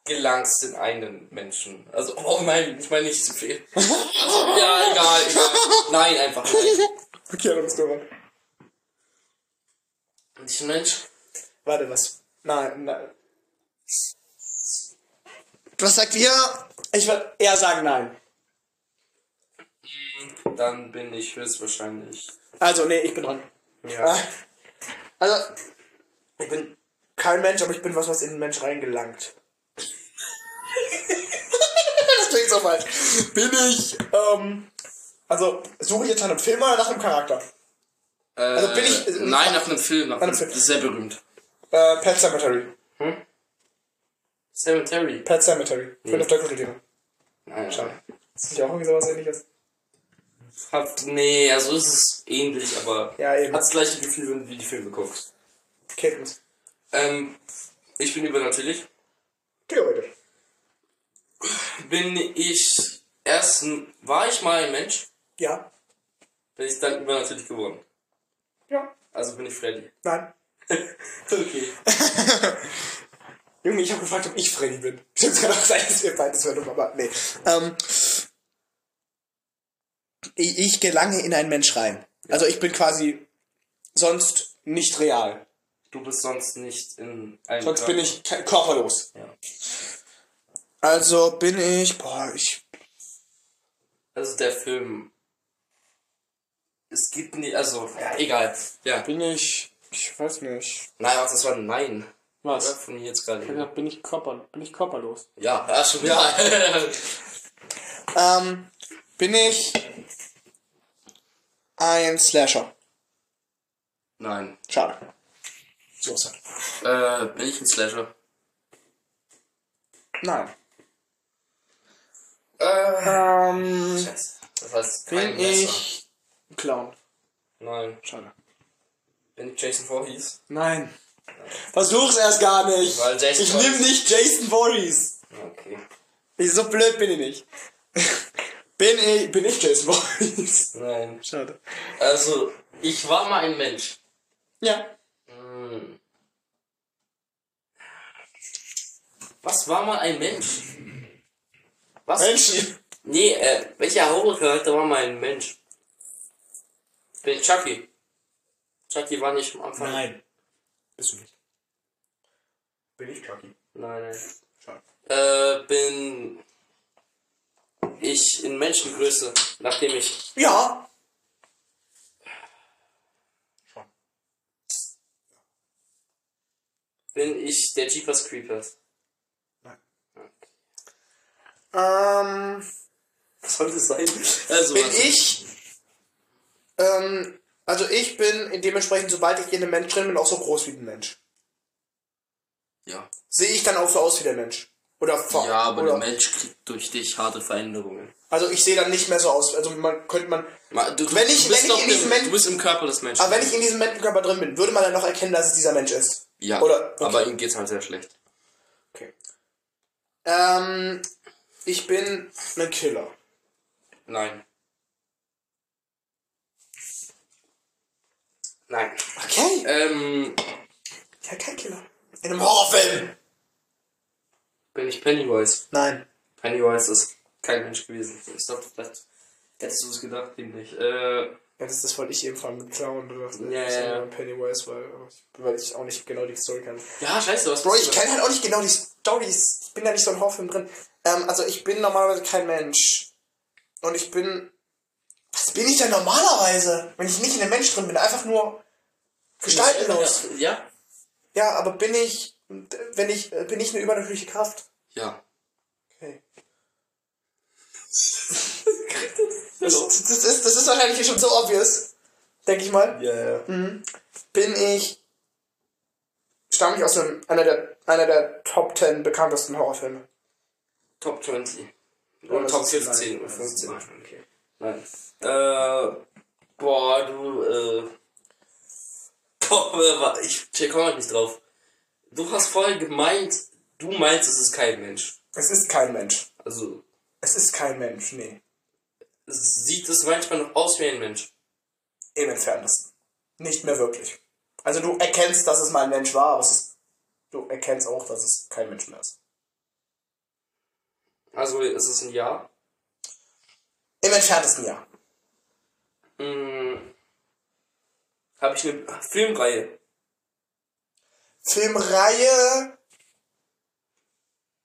Speaker 1: gelangst in einen Menschen. Also, oh nein, ich meine nicht so viel. ja, egal, egal. Nein, einfach nein.
Speaker 2: okay, dann bist du dran.
Speaker 1: Bin ich ein Mensch?
Speaker 2: Warte, was? Nein, nein. Was sagt ihr? Ich würde eher sagen nein.
Speaker 1: Dann bin ich höchstwahrscheinlich.
Speaker 2: Also, nee, ich bin dran. Ah.
Speaker 1: Ja.
Speaker 2: Also, ich bin kein Mensch, aber ich bin was, was in den Mensch reingelangt. das klingt so falsch. Bin ich, ähm, also suche ich jetzt nach einem Film oder nach einem Charakter?
Speaker 1: Äh,
Speaker 2: also bin ich-
Speaker 1: nein, nach einem Film. Nach einem
Speaker 2: einem
Speaker 1: Film.
Speaker 2: Film.
Speaker 1: Das ist sehr berühmt.
Speaker 2: Äh, Pet Cemetery.
Speaker 1: Sam Terry.
Speaker 2: Pet Cemetery. Ich bin auf der Kuscheltiere.
Speaker 1: Nein,
Speaker 2: Schade. Ist nicht auch irgendwie sowas ähnliches?
Speaker 1: Hat, nee, also es ist ähnlich, aber
Speaker 2: Ja, eben.
Speaker 1: hat das gleiche Gefühl, wenn du die Filme guckst.
Speaker 2: Kittens.
Speaker 1: Ähm, ich bin übernatürlich.
Speaker 2: Theoretisch.
Speaker 1: Bin ich erst, ein- war ich mal ein Mensch,
Speaker 2: Ja.
Speaker 1: bin ich dann übernatürlich geworden.
Speaker 2: Ja.
Speaker 1: Also bin ich Freddy.
Speaker 2: Nein.
Speaker 1: Okay.
Speaker 2: Junge, ich habe gefragt, ob ich Freddy bin. Stimmt, es kann auch sein, dass wir beides werden, aber nee. Ähm, ich, ich gelange in einen Mensch rein. Also ich bin quasi sonst nicht real.
Speaker 1: Du bist sonst nicht in einem.
Speaker 2: Sonst
Speaker 1: Charakter.
Speaker 2: bin ich ke- körperlos.
Speaker 1: Ja.
Speaker 2: Also bin ich, boah, ich,
Speaker 1: Also der Film. Es gibt nie. Also, ja, egal. Ja.
Speaker 2: bin ich, ich weiß nicht.
Speaker 1: Nein, was, das war ein Nein. Oder
Speaker 3: Was?
Speaker 1: von hier jetzt gerade
Speaker 3: Ich hab
Speaker 1: hin.
Speaker 3: gesagt, bin ich körper, bin ich körperlos?
Speaker 1: Ja, ja, schon wieder.
Speaker 2: Ähm, bin ich ein Slasher?
Speaker 1: Nein.
Speaker 2: Schade. So ist er.
Speaker 1: Äh, bin ich ein Slasher?
Speaker 2: Nein.
Speaker 1: Äh,
Speaker 2: Ähm,
Speaker 1: Scheiße. Das heißt, kein
Speaker 2: bin
Speaker 1: Messer.
Speaker 2: ich ein Clown?
Speaker 1: Nein.
Speaker 2: Schade.
Speaker 1: Bin ich Jason Voorhees?
Speaker 2: Nein. Versuch's erst gar nicht.
Speaker 1: Weil Jason
Speaker 2: Ich nehme nicht Jason Voorhees.
Speaker 1: Okay.
Speaker 2: Ich- So blöd bin ich nicht. bin ich, bin ich Jason Voorhees?
Speaker 1: Nein.
Speaker 2: Schade.
Speaker 1: Also, ich war mal ein Mensch.
Speaker 2: Ja.
Speaker 1: Hm. Was war mal ein Mensch? Was?
Speaker 2: Menschen.
Speaker 1: Nee, äh, welcher Horrorcharakter war mal ein Mensch? Bin Chucky. Chucky war nicht am Anfang.
Speaker 2: Bist du nicht. Bin ich Chucky?
Speaker 1: Nein, nein.
Speaker 2: Schade.
Speaker 1: Äh, bin ich in Menschengröße, nachdem ich.
Speaker 2: Ja.
Speaker 1: Bin ich der Jeepers Creepers.
Speaker 2: Ähm,
Speaker 1: Was soll das sein? Also,
Speaker 2: bin
Speaker 1: was-
Speaker 2: ich, ähm, also ich bin dementsprechend, sobald ich in einem Mensch drin bin, auch so groß wie ein Mensch.
Speaker 1: Ja.
Speaker 2: Sehe ich dann auch so aus wie der Mensch? Oder vor,
Speaker 1: Ja, aber
Speaker 2: oder,
Speaker 1: der Mensch kriegt durch dich harte Veränderungen.
Speaker 2: Also ich sehe dann nicht mehr so aus. Also man könnte man,
Speaker 1: Ma- Du, du,
Speaker 2: Wenn ich-
Speaker 1: du bist
Speaker 2: wenn ich
Speaker 1: doch
Speaker 2: in
Speaker 1: der-
Speaker 2: diesem Moment-
Speaker 1: du bist im Körper des Menschen.
Speaker 2: aber wenn ich in diesem Menschenkörper drin bin, würde man dann noch erkennen, dass es dieser Mensch ist.
Speaker 1: ja,
Speaker 2: oder- okay.
Speaker 1: aber ihm geht's halt sehr schlecht.
Speaker 2: Okay. Ähm, ich bin ein Killer.
Speaker 1: Nein. Nein.
Speaker 2: Okay.
Speaker 1: Ähm,
Speaker 2: Ja, kein Killer. In einem Horrorfilm.
Speaker 1: bin ich Pennywise?
Speaker 2: Nein.
Speaker 1: Pennywise ist kein Mensch gewesen. Ich dachte, vielleicht hättest du es gedacht, eben nicht. Äh,
Speaker 2: Ja, das, das wollte ich eben fragen mit Clown. Du dachtest,
Speaker 1: Ja,
Speaker 2: ich
Speaker 1: ja,
Speaker 2: bin
Speaker 1: ja.
Speaker 2: ein Pennywise, weil, weil ich auch nicht genau die Story kann.
Speaker 1: ja, scheiße, was
Speaker 2: Bro, ich kenne halt auch nicht genau die Stories. Ich bin da nicht so im Horrorfilm drin. Ähm, also ich bin normalerweise kein Mensch. Und ich bin. Was bin ich denn normalerweise? Wenn ich nicht in einem Mensch drin bin, einfach nur gestaltenlos.
Speaker 1: Ja. ja.
Speaker 2: Ja, aber bin ich. Wenn ich. Bin ich eine übernatürliche Kraft?
Speaker 1: Ja.
Speaker 2: Okay.
Speaker 1: Hallo?
Speaker 2: Das das ist, das ist wahrscheinlich hier schon so obvious. Denke ich mal. Mhm.
Speaker 1: Ja, ja.
Speaker 2: Bin ich. Stamme ich aus einem, einer, der, einer der Top 10 bekanntesten Horrorfilme.
Speaker 1: Top 20.
Speaker 2: Oder
Speaker 1: Oder Top
Speaker 2: das ist
Speaker 1: 15.
Speaker 2: nein.
Speaker 1: Oder
Speaker 2: Das ist
Speaker 1: 15.
Speaker 2: nein, okay.
Speaker 1: Nein. Äh, boah, du, äh. Boah, wer war- ich ich komm halt nicht drauf. Du hast vorhin gemeint, du meinst, es ist kein Mensch.
Speaker 2: Es ist kein Mensch.
Speaker 1: Also,
Speaker 2: Es ist kein Mensch, nee.
Speaker 1: sieht es manchmal noch aus wie ein Mensch.
Speaker 2: im Entferntesten. Nicht mehr wirklich. Also du erkennst, dass es mal ein Mensch war, aber es ist, du erkennst auch, dass es kein Mensch mehr ist.
Speaker 1: Also, es ist ein Ja.
Speaker 2: Im entferntesten ja.
Speaker 1: Hm. Habe ich eine Filmreihe?
Speaker 2: Filmreihe.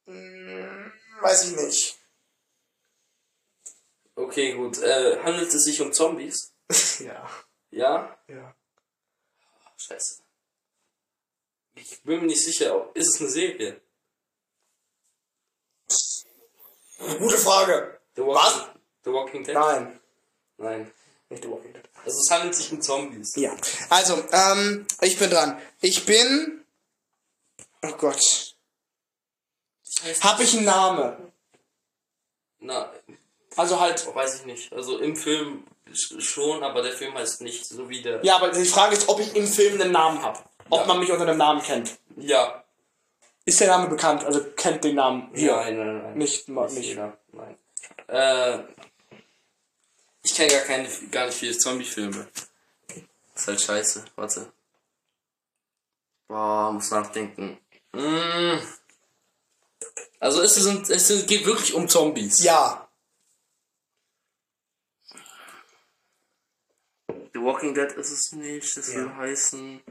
Speaker 2: Hm, weiß ich nicht.
Speaker 1: Okay, gut. Äh, handelt es sich um Zombies?
Speaker 2: Ja.
Speaker 1: Ja?
Speaker 2: ja.
Speaker 1: Scheiße. Ich bin mir nicht sicher, ob- ist es eine Serie?
Speaker 2: Gute Frage.
Speaker 1: The
Speaker 2: Was?
Speaker 1: The Walking Dead?
Speaker 2: Nein.
Speaker 1: Nein.
Speaker 2: Nicht The Walking Dead.
Speaker 1: Also es handelt sich um Zombies.
Speaker 2: Ja. Also, ähm, ich bin dran. Ich bin. Oh Gott. Hab ich einen Namen?
Speaker 1: Na,
Speaker 2: Also halt.
Speaker 1: weiß ich nicht. Also im Film sch- schon, aber der Film heißt nicht so wie der.
Speaker 2: Ja, aber die Frage ist, ob ich im Film einen Namen habe. Ob
Speaker 1: Ja.
Speaker 2: man mich unter einem Namen kennt.
Speaker 1: Ja.
Speaker 2: Ist der Name bekannt? Also kennt den Namen hier?
Speaker 1: Nein, nein, nein.
Speaker 2: Nicht, ma-
Speaker 1: Nicht
Speaker 2: nicht.
Speaker 1: jeder. Nein. Äh, ich kenne gar keine, gar nicht viele Zombie-Filme. Ist halt scheiße. Warte. Boah, muss nachdenken. Mm. Also es, ist, es geht wirklich um Zombies.
Speaker 2: Ja.
Speaker 1: The Walking Dead ist es nicht, das
Speaker 2: will
Speaker 1: heißen.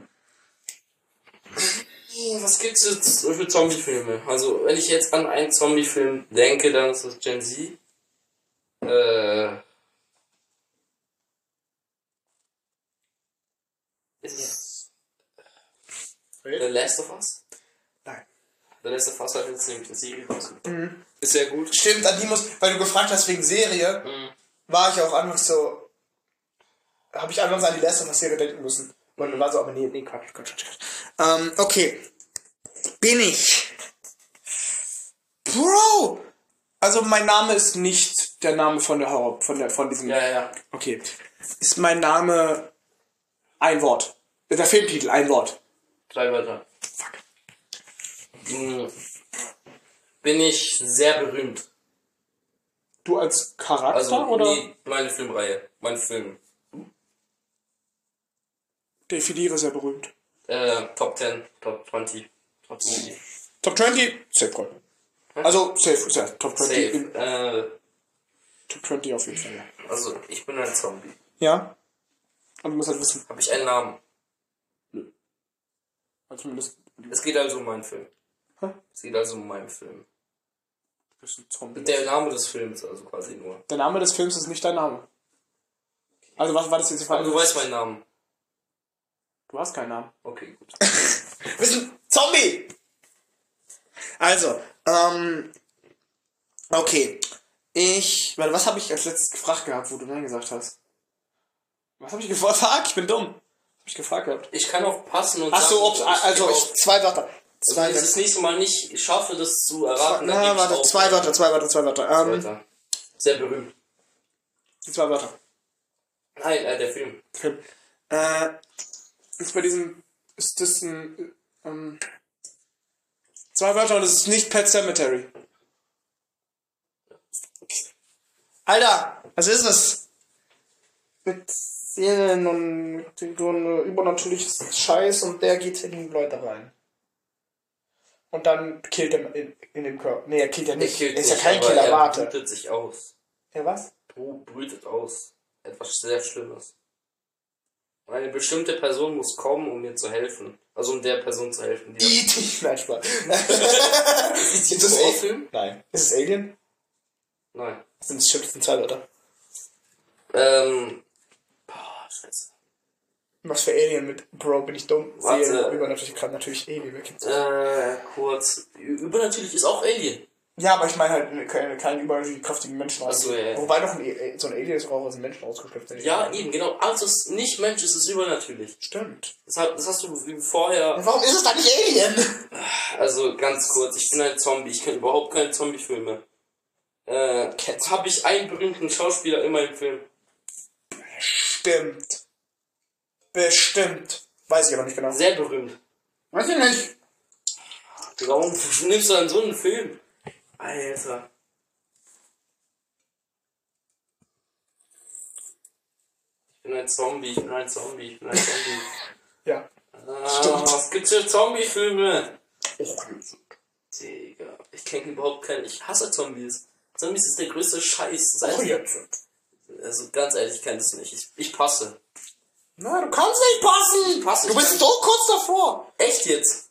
Speaker 1: Oh, Was gibt's jetzt für Zombie-Filme? Also, wenn ich jetzt an einen Zombie-Film denke, dann ist das Gen Z. Äh. Ist es The Last of Us? Der letzte Fass hat jetzt nämlich ein Siegel rausgebracht. Ist sehr gut.
Speaker 2: Stimmt, an die muss, weil du gefragt hast wegen Serie,
Speaker 1: Hm.
Speaker 2: war ich auch anfangs so, habe ich anfangs an die letzte Serie denken müssen. Und dann war so, aber nee, nee, Quatsch, Quatsch, Quatsch. Quatsch.
Speaker 4: Ähm, okay. Bin ich.
Speaker 2: Bro! Also mein Name ist nicht der Name von der Horror, von der, von diesem.
Speaker 1: Ja, ja.
Speaker 2: Okay. Ist mein Name ein Wort? Der Filmtitel, ein Wort.
Speaker 1: Drei Wörter. Fuck. Bin ich sehr berühmt.
Speaker 2: Du als Charakter
Speaker 1: Also,
Speaker 2: oder?
Speaker 1: nee, meine Filmreihe. Mein Film.
Speaker 2: Definiere sehr berühmt.
Speaker 1: Äh, Top 10, Top 20. Top 20.
Speaker 2: Top 20, safe Gold. Also safe, safe. Top 20,
Speaker 1: Hm? Safe.
Speaker 2: In,
Speaker 1: Äh,
Speaker 2: Top 20 auf jeden Fall, ja.
Speaker 1: also, ich bin ein Zombie.
Speaker 2: Ja. Aber du musst halt wissen.
Speaker 1: Habe ich einen Namen?
Speaker 2: Also zumindest du
Speaker 1: Es geht also um meinen Film.
Speaker 2: Hä?
Speaker 1: Es geht also um meinen Film.
Speaker 2: bist ein Zombie.
Speaker 1: Der Name des Films, also quasi nur.
Speaker 2: Der Name des Films ist nicht dein Name. Also was war das jetzt?
Speaker 1: Aber Ah, du weißt meinen Namen.
Speaker 2: Du hast keinen Namen.
Speaker 1: Okay, gut.
Speaker 4: Wissen, Zombie! Also, ähm, okay. Ich,
Speaker 2: Warte, was habe ich als letztes gefragt gehabt, wo du Nein gesagt hast? Was habe ich gefragt? Fuck, ich bin dumm. Was habe ich gefragt gehabt?
Speaker 1: Ich kann auch passen und
Speaker 4: ach so,
Speaker 1: sagen,
Speaker 4: ob,
Speaker 1: ich Also
Speaker 4: also,
Speaker 1: gebe
Speaker 4: ich, zwei Wörter.
Speaker 1: auf.
Speaker 4: Zwei
Speaker 1: wenn ich
Speaker 4: Wörter.
Speaker 1: das nächste Mal nicht schaffe, das zu erraten, dann
Speaker 4: Na,
Speaker 1: gebe ich
Speaker 4: warte,
Speaker 1: auf.
Speaker 4: zwei Wörter, zwei Wörter, zwei Wörter. Ähm,
Speaker 1: Wörter. Sehr berühmt.
Speaker 2: Die zwei Wörter.
Speaker 1: Nein, äh, der Film.
Speaker 2: Film. Äh, ist bei diesem. Ist das ein. äh, Ähm, zwei Wörter und es ist nicht Pet Cemetery.
Speaker 4: Alter, was ist es?
Speaker 2: Mit Seelen und so ein übernatürliches Scheiß und der geht in die Leute rein. Und dann killt er in, in dem Körper. Nee, er killt ja nicht. er ist ja kein
Speaker 1: aber
Speaker 2: Killer,
Speaker 1: er
Speaker 2: warte.
Speaker 1: brütet sich aus.
Speaker 2: Er was?
Speaker 1: Bru- brütet aus. Etwas sehr Schlimmes. Und eine bestimmte Person muss kommen, um mir zu helfen. Also um der Person zu helfen, die
Speaker 2: E.T. Nein, Spaß.
Speaker 1: ist
Speaker 2: das echt?
Speaker 1: Film?
Speaker 2: Nein. Ist es Alien?
Speaker 1: Nein.
Speaker 2: Das sind bestimmt das sind zwei Wörter.
Speaker 1: Ähm. Boah, scheiße.
Speaker 2: Was für Alien mit Bro, bin ich dumm?
Speaker 1: Warte.
Speaker 2: Seelen, übernatürlich gerade natürlich eh Alien. wer kennt's?
Speaker 1: Äh, kurz. Ü- Übernatürlich ist auch Alien.
Speaker 2: Ja, aber ich meine halt keine, keine übernatürlich kräftigen Menschen
Speaker 1: Ach so, ja, ja.
Speaker 2: Wobei doch ein, A- so ein Alien ist auch aus einem Menschen ausgeschlüpft. den ich
Speaker 1: Ja,
Speaker 2: meine.
Speaker 1: eben, genau. Alles, was nicht Mensch ist, ist übernatürlich.
Speaker 2: Stimmt.
Speaker 1: Das, hat- das hast du vorher.
Speaker 2: Warum ist es dann nicht Alien?
Speaker 1: Also ganz kurz, ich bin ein Zombie. Ich kenne überhaupt keine Zombie-Filme. Äh, jetzt habe ich einen berühmten Schauspieler in meinem Film.
Speaker 2: Stimmt. Bestimmt. Weiß ich aber nicht genau.
Speaker 1: Sehr berühmt.
Speaker 2: Weiß ich nicht.
Speaker 1: Warum nimmst du dann so einen Film? Alter. Ich bin ein Zombie, ich bin ein Zombie, ich bin ein Zombie.
Speaker 2: Ja.
Speaker 1: Ah, was gibt's für Zombie-Filme? Digga. Ich kenne überhaupt keinen. Ich hasse Zombies. Zombies ist der größte Scheiß. Das
Speaker 2: Oh,
Speaker 1: heißt,
Speaker 2: jetzt.
Speaker 1: also ganz ehrlich, ich kenne das nicht. Ich, ich passe.
Speaker 2: Na, du kannst nicht passen.
Speaker 1: Ich passe,
Speaker 2: Du
Speaker 1: ich
Speaker 2: bist
Speaker 1: kann-
Speaker 2: so kurz davor.
Speaker 1: Echt jetzt?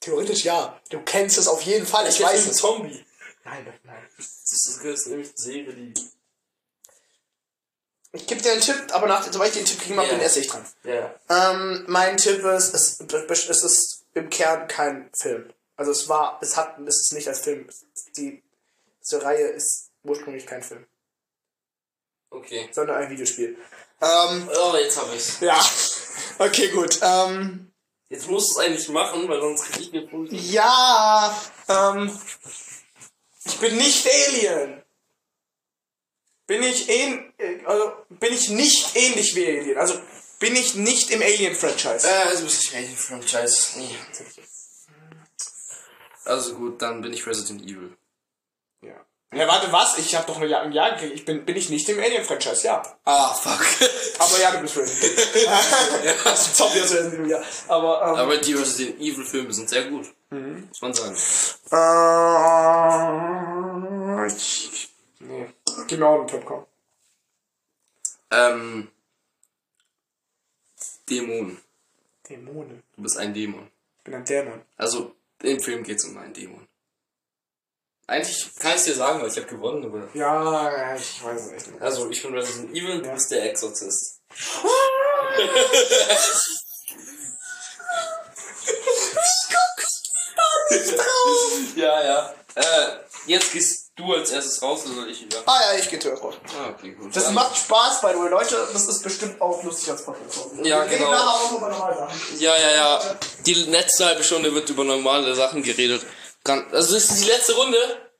Speaker 2: Theoretisch ja. Du kennst es auf jeden Fall. Ich,
Speaker 1: bin
Speaker 2: weiß
Speaker 1: ein
Speaker 2: es.
Speaker 1: Zombie.
Speaker 2: Nein, nein.
Speaker 1: Das ist, das ist nämlich eine Serie, die.
Speaker 2: Ich gebe dir einen Tipp, aber nach, sobald ich den Tipp kriegen habe,
Speaker 1: Ja.
Speaker 2: bin erst ich dran.
Speaker 1: Ja.
Speaker 2: Ähm, mein Tipp ist, es, es ist im Kern kein Film. Also es war, es hat, es ist nicht als Film. Die, diese Reihe ist ursprünglich kein Film,
Speaker 1: Okay.
Speaker 2: sondern ein Videospiel.
Speaker 4: Ähm,
Speaker 1: Oh, jetzt habe ich.
Speaker 4: ja. Okay, gut. Ähm,
Speaker 1: Jetzt musst du es eigentlich machen, weil sonst krieg ich eine Punkte.
Speaker 4: ja. Ähm,
Speaker 2: Ich bin nicht Alien.
Speaker 4: bin ich ähn, äh, also, bin ich nicht ähnlich wie Alien? Also, bin ich nicht im Alien-Franchise?
Speaker 1: also bist ich Alien Franchise. Nee. Also gut, dann bin ich Resident Evil.
Speaker 2: Ja. Ja, warte, was? Ich habe doch nur Ja- ein Jahr gekriegt. Ich bin, bin ich nicht im Alien-Franchise, ja.
Speaker 1: Ah, fuck.
Speaker 2: Aber ja, du bist Resident Evil. Das ist Zombie aus Resident Evil, ja. Aber, ähm,
Speaker 1: Aber die Resident Evil Filme sind sehr gut. Muss man sagen.
Speaker 2: Äh, ich, nee. Gib mir auch einen Tipp, komm.
Speaker 1: Ähm. Dämon.
Speaker 2: Dämonen.
Speaker 1: Du bist ein Dämon.
Speaker 2: Ich bin ein Dämon.
Speaker 1: Also, im Film geht's um einen Dämon. Eigentlich kann ich dir sagen, weil ich habe gewonnen, aber.
Speaker 2: Ja, ich weiß es echt nicht.
Speaker 1: Also, ich bin Resident Evil, du bist der Exorzist.
Speaker 2: Ich guck dich an!
Speaker 1: Ja, ja. Äh, jetzt gehst du als erstes raus, oder soll ich wieder?
Speaker 5: Ah ja, ich gehe zuerst raus.
Speaker 1: Ah, okay, gut.
Speaker 5: Das
Speaker 1: Dann-
Speaker 5: macht Spaß, by the way, Leute. Das ist bestimmt auch lustig als Podcast.
Speaker 1: Ja,
Speaker 5: Wir reden
Speaker 1: genau.
Speaker 5: nachher auch über normale Sachen.
Speaker 1: Ja, ja, ja. Die letzte halbe Stunde wird über normale Sachen geredet. Ganz- Also das ist die letzte Runde.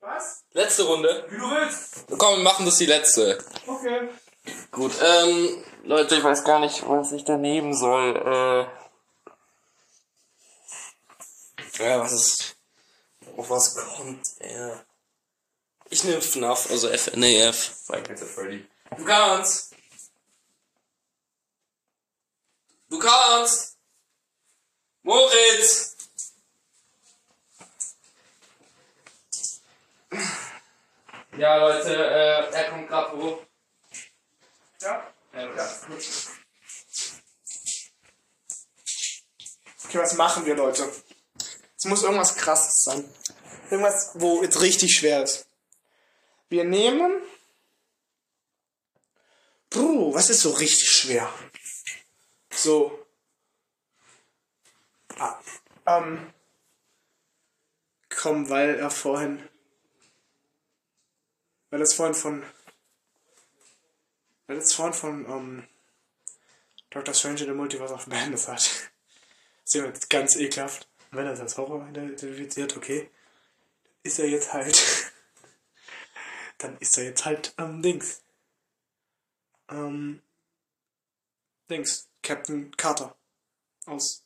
Speaker 5: Was?
Speaker 1: Letzte Runde.
Speaker 5: Wie du willst.
Speaker 1: Komm, wir machen das die letzte.
Speaker 5: Okay.
Speaker 1: Gut, ähm, Leute, ich weiß gar nicht, was ich da nehmen soll. Äh, ja, was ist. Auf was kommt er? Ich nehme FNAF, also FNAF. Five Nights at Freddy. Du kannst! Du kannst! Moritz! Ja, Leute, äh, er kommt gerade hoch.
Speaker 5: Ja.
Speaker 1: Ja,
Speaker 5: Ja, gut. Okay, was machen wir, Leute? Es muss irgendwas krasses sein. Irgendwas, wo jetzt richtig schwer ist. Wir nehmen.
Speaker 2: Puh, was ist so richtig schwer?
Speaker 5: So. Ah, ähm,
Speaker 2: Komm, weil er vorhin. Weil das vorhin von. Weil das vorhin von ähm, Dr. Strange in the Multiverse of Madness hat. Ist ja jetzt ganz ekelhaft. Und Wenn er das als Horror identifiziert, okay. Ist er jetzt halt. Dann ist er jetzt halt ähm, Dings. Ähm. Dings. Captain Carter. Aus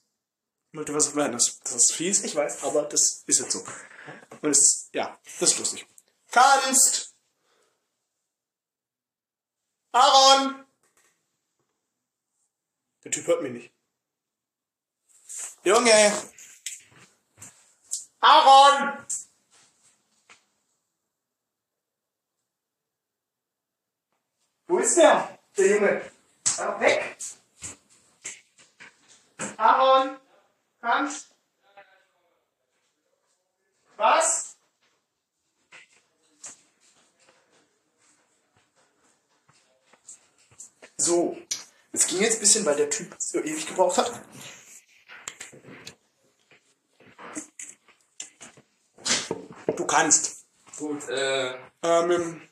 Speaker 2: Multiverse of Madness. Das ist fies, ich weiß, aber das ist jetzt so. Und es, ja, das ist lustig.
Speaker 5: kannst! Aaron!
Speaker 2: Der Typ hört mich nicht.
Speaker 5: Junge! Aaron! Wo ist der? Der Junge. Ah, Weg! Aaron! Kannst! Was? So. Es ging jetzt ein bisschen, weil der Typ so ewig gebraucht hat.
Speaker 2: Du kannst.
Speaker 1: Gut, äh.
Speaker 2: Ähm,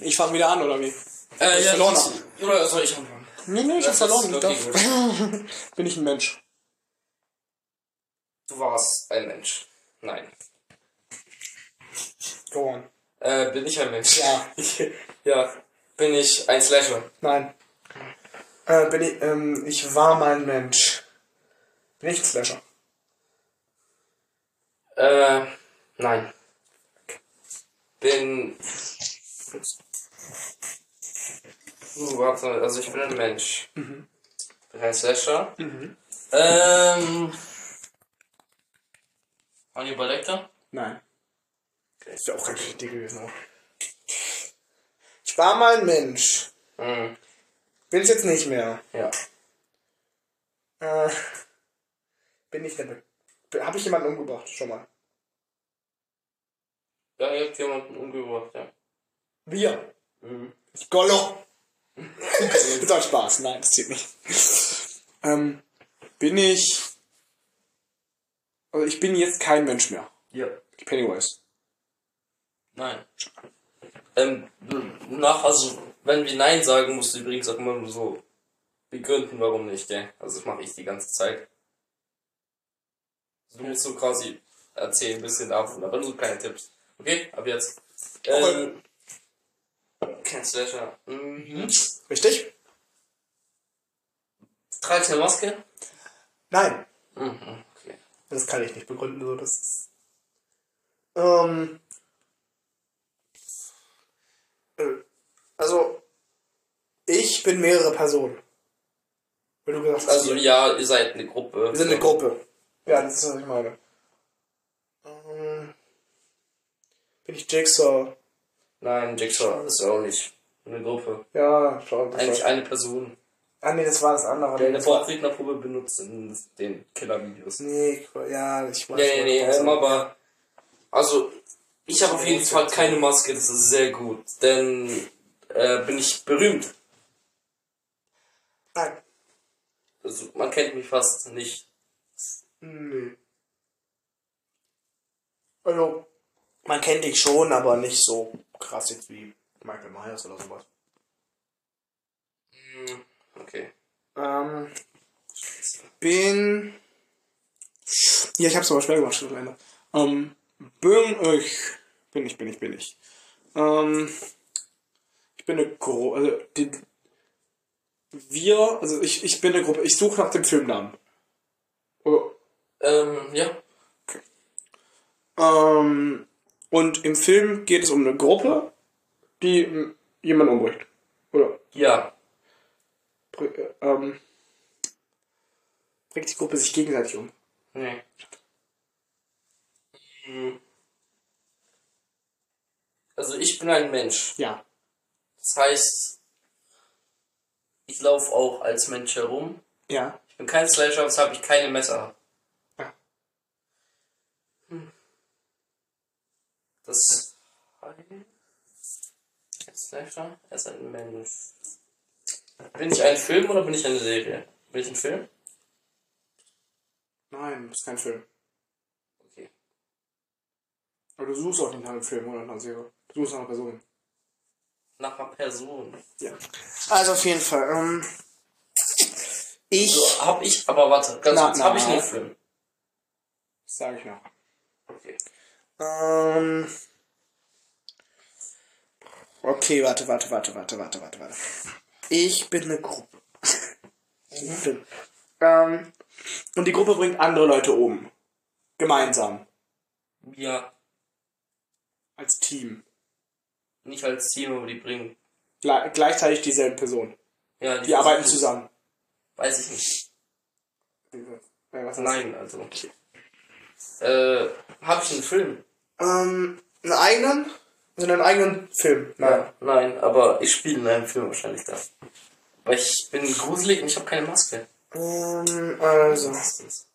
Speaker 2: ich fange wieder an, oder wie?
Speaker 1: Äh, ja,
Speaker 2: verloren
Speaker 1: kannst- Oder soll ich anfangen?
Speaker 2: Nee, nee, ich
Speaker 1: Das
Speaker 2: hab
Speaker 1: ist
Speaker 2: verloren. Ich
Speaker 1: okay,
Speaker 2: darf,
Speaker 1: gut.
Speaker 2: bin ich ein Mensch.
Speaker 1: Du warst ein Mensch. Nein.
Speaker 5: Go on.
Speaker 1: Äh, bin ich ein Mensch?
Speaker 5: Ja.
Speaker 1: ja. Bin ich ein Slasher?
Speaker 5: Nein. Äh, bin ich, ähm, ich war mal ein Mensch. Bin ich ein Slasher?
Speaker 1: Äh, nein. Bin. Uh, warte, also ich bin ein Mensch. Bin ein Slasher. Ähm. Hannibal Lecter?
Speaker 2: Nein.
Speaker 5: Ist ja auch keine Idee gewesen. Aber. Ich war mal ein Mensch.
Speaker 1: Mhm.
Speaker 5: Bin ich jetzt nicht mehr.
Speaker 1: Ja.
Speaker 5: Äh, bin ich der Be Habe ich jemanden umgebracht? Schon mal.
Speaker 1: Ja, ihr habt jemanden umgebracht, ja.
Speaker 5: Wir.
Speaker 1: Mhm.
Speaker 2: Gollo! ist doch Spaß. Nein, das zählt nicht. Ähm, bin ich. Also, ich bin jetzt kein Mensch mehr.
Speaker 1: Ja.
Speaker 2: Pennywise.
Speaker 1: Nein. Ähm, nach, also, wenn wir Nein sagen, musst du übrigens auch immer so begründen, warum nicht, gell? Also, das mache ich die ganze Zeit. Also, Du musst so quasi erzählen, ein bisschen davon, aber nur so kleine Tipps. Okay, ab jetzt. Ähm, kein Slasher.
Speaker 5: Hm?
Speaker 1: Mhm.
Speaker 2: Richtig?
Speaker 1: Tragst du eine Maske?
Speaker 5: Nein.
Speaker 1: Mhm, okay.
Speaker 5: Das kann ich nicht begründen, so das ist. Ähm. äh, Also. Ich bin mehrere Personen. Wenn du gesagt hast,
Speaker 1: Also,
Speaker 5: wir.
Speaker 1: ja, ihr seid eine Gruppe.
Speaker 5: wir sind eine Gruppe. Ja, das ist, was ich meine. Ähm, bin ich Jigsaw?
Speaker 1: Nein, Jigsaw ist auch nicht eine Gruppe.
Speaker 5: Ja, schon. das
Speaker 1: Eigentlich
Speaker 5: war-
Speaker 1: eine Person.
Speaker 5: Ah, nee, das war das andere.
Speaker 1: Der in der
Speaker 5: das war,
Speaker 1: Vorrednerprobe benutzt in den Killer-Videos.
Speaker 5: nee, ja, ich weiß
Speaker 1: Nee, nee, nee,
Speaker 5: was-
Speaker 1: ähm, aber. Also, ich habe auf jeden Fall keine Maske, das ist sehr gut, denn äh, bin ich berühmt.
Speaker 5: Nein. Hm.
Speaker 1: Also, man kennt mich fast nicht.
Speaker 5: Nee.
Speaker 2: Also, man kennt dich schon, aber nicht so krass jetzt wie Michael Myers oder sowas.
Speaker 1: Hm, Okay.
Speaker 2: Ähm, bin.
Speaker 6: Ja, ich hab's aber schwer gemacht, schon alleine. Ähm, bin ich. Bin ich, bin ich, bin ich. Ähm, ich bin eine Gruppe. Also, die, wir, also ich, ich bin eine Gruppe. Ich suche nach dem Filmnamen. Oh,
Speaker 1: Ähm, ja.
Speaker 6: Ähm, und im Film geht es um eine Gruppe, die ähm, jemanden umbringt. Oder,
Speaker 1: Ja.
Speaker 6: br- äh, ähm, bringt die Gruppe sich gegenseitig um.
Speaker 1: Nee. Hm. Also ich bin ein Mensch.
Speaker 6: Ja.
Speaker 1: Das heißt, ich laufe auch als Mensch herum.
Speaker 6: Ja.
Speaker 1: Ich bin kein Slasher, deshalb habe ich keine Messer.
Speaker 6: Ja.
Speaker 1: Hm. Das Slasher, er ist ein Mensch. Bin ich ein Film oder bin ich eine Serie? Bin ich ein Film?
Speaker 6: Nein, ist kein Film.
Speaker 1: Okay.
Speaker 6: Aber du suchst auch nicht nach einem Film oder nach einer Serie. Du suchst nach einer Person.
Speaker 1: Nach einer Person.
Speaker 2: Also, auf jeden Fall. Ähm, ich.
Speaker 1: So, hab ich, aber warte, ganz
Speaker 6: Na,
Speaker 1: kurz,
Speaker 6: na,
Speaker 1: hab ich
Speaker 6: na.
Speaker 1: einen Film?
Speaker 6: Das sage ich noch.
Speaker 1: Okay.
Speaker 2: Ähm. Okay, warte, warte, warte, warte, warte, warte, warte. Ich bin eine Gruppe.
Speaker 1: Mhm.
Speaker 2: Gruppe. ähm,
Speaker 6: Und die Gruppe bringt andere Leute um. Gemeinsam.
Speaker 1: Ja,
Speaker 6: Als Team.
Speaker 1: nicht als Team, aber die bringen.
Speaker 6: Gle gleichzeitig dieselben Personen.
Speaker 1: Ja,
Speaker 6: Die arbeiten
Speaker 1: versuchen-
Speaker 6: zusammen.
Speaker 1: Weiß ich nicht.
Speaker 6: Äh, Was heißt-
Speaker 1: Nein, also. Äh, hab ich einen Film?
Speaker 2: ähm, einen eigenen? Also einen eigenen Film? Nein.
Speaker 1: Nein, aber ich spiele in einem Film wahrscheinlich da. Weil ich bin gruselig und ich habe keine Maske.
Speaker 2: Ähm, also.
Speaker 1: Meistens.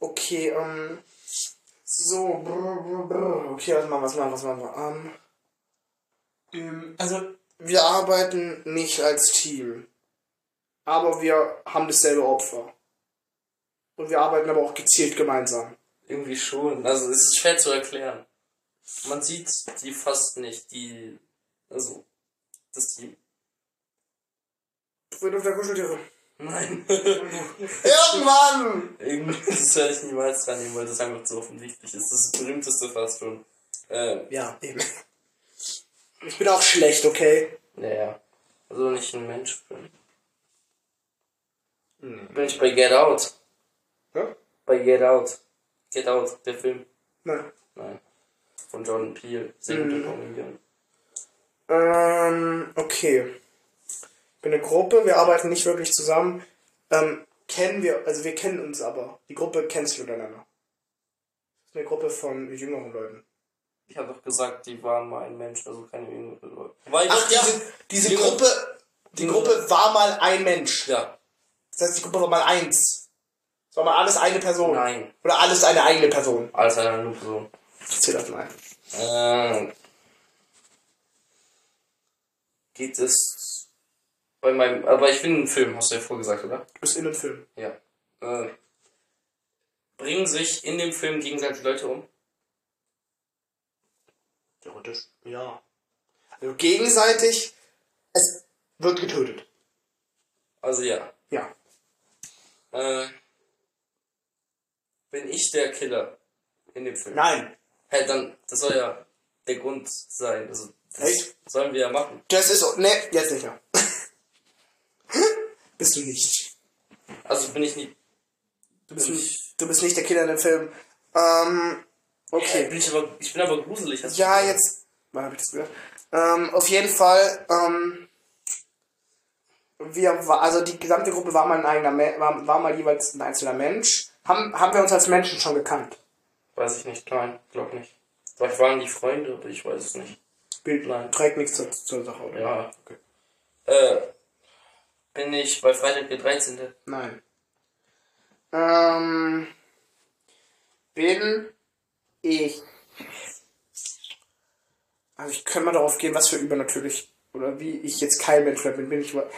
Speaker 2: Okay, ähm. So, brr, brr, brr. Okay, was machen wir, was machen wir, was machen wir? Ähm,
Speaker 6: Ähm, also,
Speaker 2: wir arbeiten nicht als Team. Aber wir haben dasselbe Opfer. Und wir arbeiten aber auch gezielt gemeinsam.
Speaker 1: Irgendwie schon. Also es ist schwer zu erklären. Man sieht die fast nicht, die. Also. Das Team.
Speaker 2: Friedhof der Kuscheltiere.
Speaker 1: Nein.
Speaker 2: Irgendwann!
Speaker 1: Irgendwie, das werde ich niemals dran nehmen, weil das einfach zu offensichtlich ist. Das ist das berühmteste fast schon. Ähm,
Speaker 2: Ja, eben. Ich bin auch schlecht, okay?
Speaker 1: naja. Also wenn ich ein Mensch bin. Bin ich bei Get Out.
Speaker 2: Ja?
Speaker 1: Bei Get Out. Get Out, der Film.
Speaker 2: Nein.
Speaker 1: Nein. Von Jordan Peele. Sehr gute
Speaker 2: Mhm.
Speaker 1: Komödie.
Speaker 2: Ähm, okay. Ich bin eine Gruppe, wir arbeiten nicht wirklich zusammen. Ähm, kennen wir, also wir kennen uns aber. Die Gruppe kennt sich untereinander. Das ist eine Gruppe von jüngeren Leuten.
Speaker 1: Ich habe doch gesagt, die waren mal ein Mensch, also keine jüngere Leute. Weil
Speaker 2: Ach,
Speaker 1: ja,
Speaker 2: diese, diese
Speaker 1: Jüngere-
Speaker 2: Gruppe, die Gruppe war mal ein Mensch.
Speaker 1: Ja.
Speaker 2: Das heißt, die Gruppe war mal eins. Es war mal alles eine Person.
Speaker 1: Nein.
Speaker 2: Oder alles eine eigene Person.
Speaker 1: Als eine andere Person.
Speaker 2: Ich zähl das mal.
Speaker 1: Ähm, geht es bei meinem. Aber ich bin ein Film, hast du ja vorgesagt, oder?
Speaker 2: Du bist in einem Film.
Speaker 1: Ja. Äh, bringen sich in dem Film gegenseitig Leute um?
Speaker 2: Theoretisch, ja. Also gegenseitig, es wird getötet.
Speaker 1: Also ja.
Speaker 2: Ja.
Speaker 1: Äh, bin ich der Killer in dem Film?
Speaker 2: Nein.
Speaker 1: Hey, dann, das soll ja der Grund sein. Also, das
Speaker 2: Echt?
Speaker 1: sollen wir ja machen.
Speaker 2: Das ist. Ne, jetzt nicht mehr. bist du nicht.
Speaker 1: Also bin ich nicht.
Speaker 2: Du bist nicht. Du bist nicht der Killer in dem Film. Ähm.
Speaker 1: Okay.
Speaker 2: Okay.
Speaker 1: Bin ich, aber, ich bin aber gruselig. Also, hast du
Speaker 2: Ja,
Speaker 1: gesagt.
Speaker 2: jetzt. Wann hab ich das gesagt? Ähm, auf jeden Fall, ähm. Wir war, also die gesamte Gruppe war mal ein eigener Me- war, war mal jeweils ein einzelner Mensch. Haben, haben wir uns als Menschen schon gekannt?
Speaker 1: Weiß ich nicht, nein, glaub nicht. Vielleicht waren die Freunde, aber ich weiß es nicht.
Speaker 2: Bild
Speaker 1: Nein.
Speaker 2: trägt nichts zur, zur Sache, oder?
Speaker 1: Ja. Äh, bin ich bei Freitag der 13.
Speaker 2: Nein. Ähm, bin ich. Also ich könnte mal darauf gehen, was für übernatürlich oder wie ich jetzt kein Mensch mehr bin. Bin ich, wa-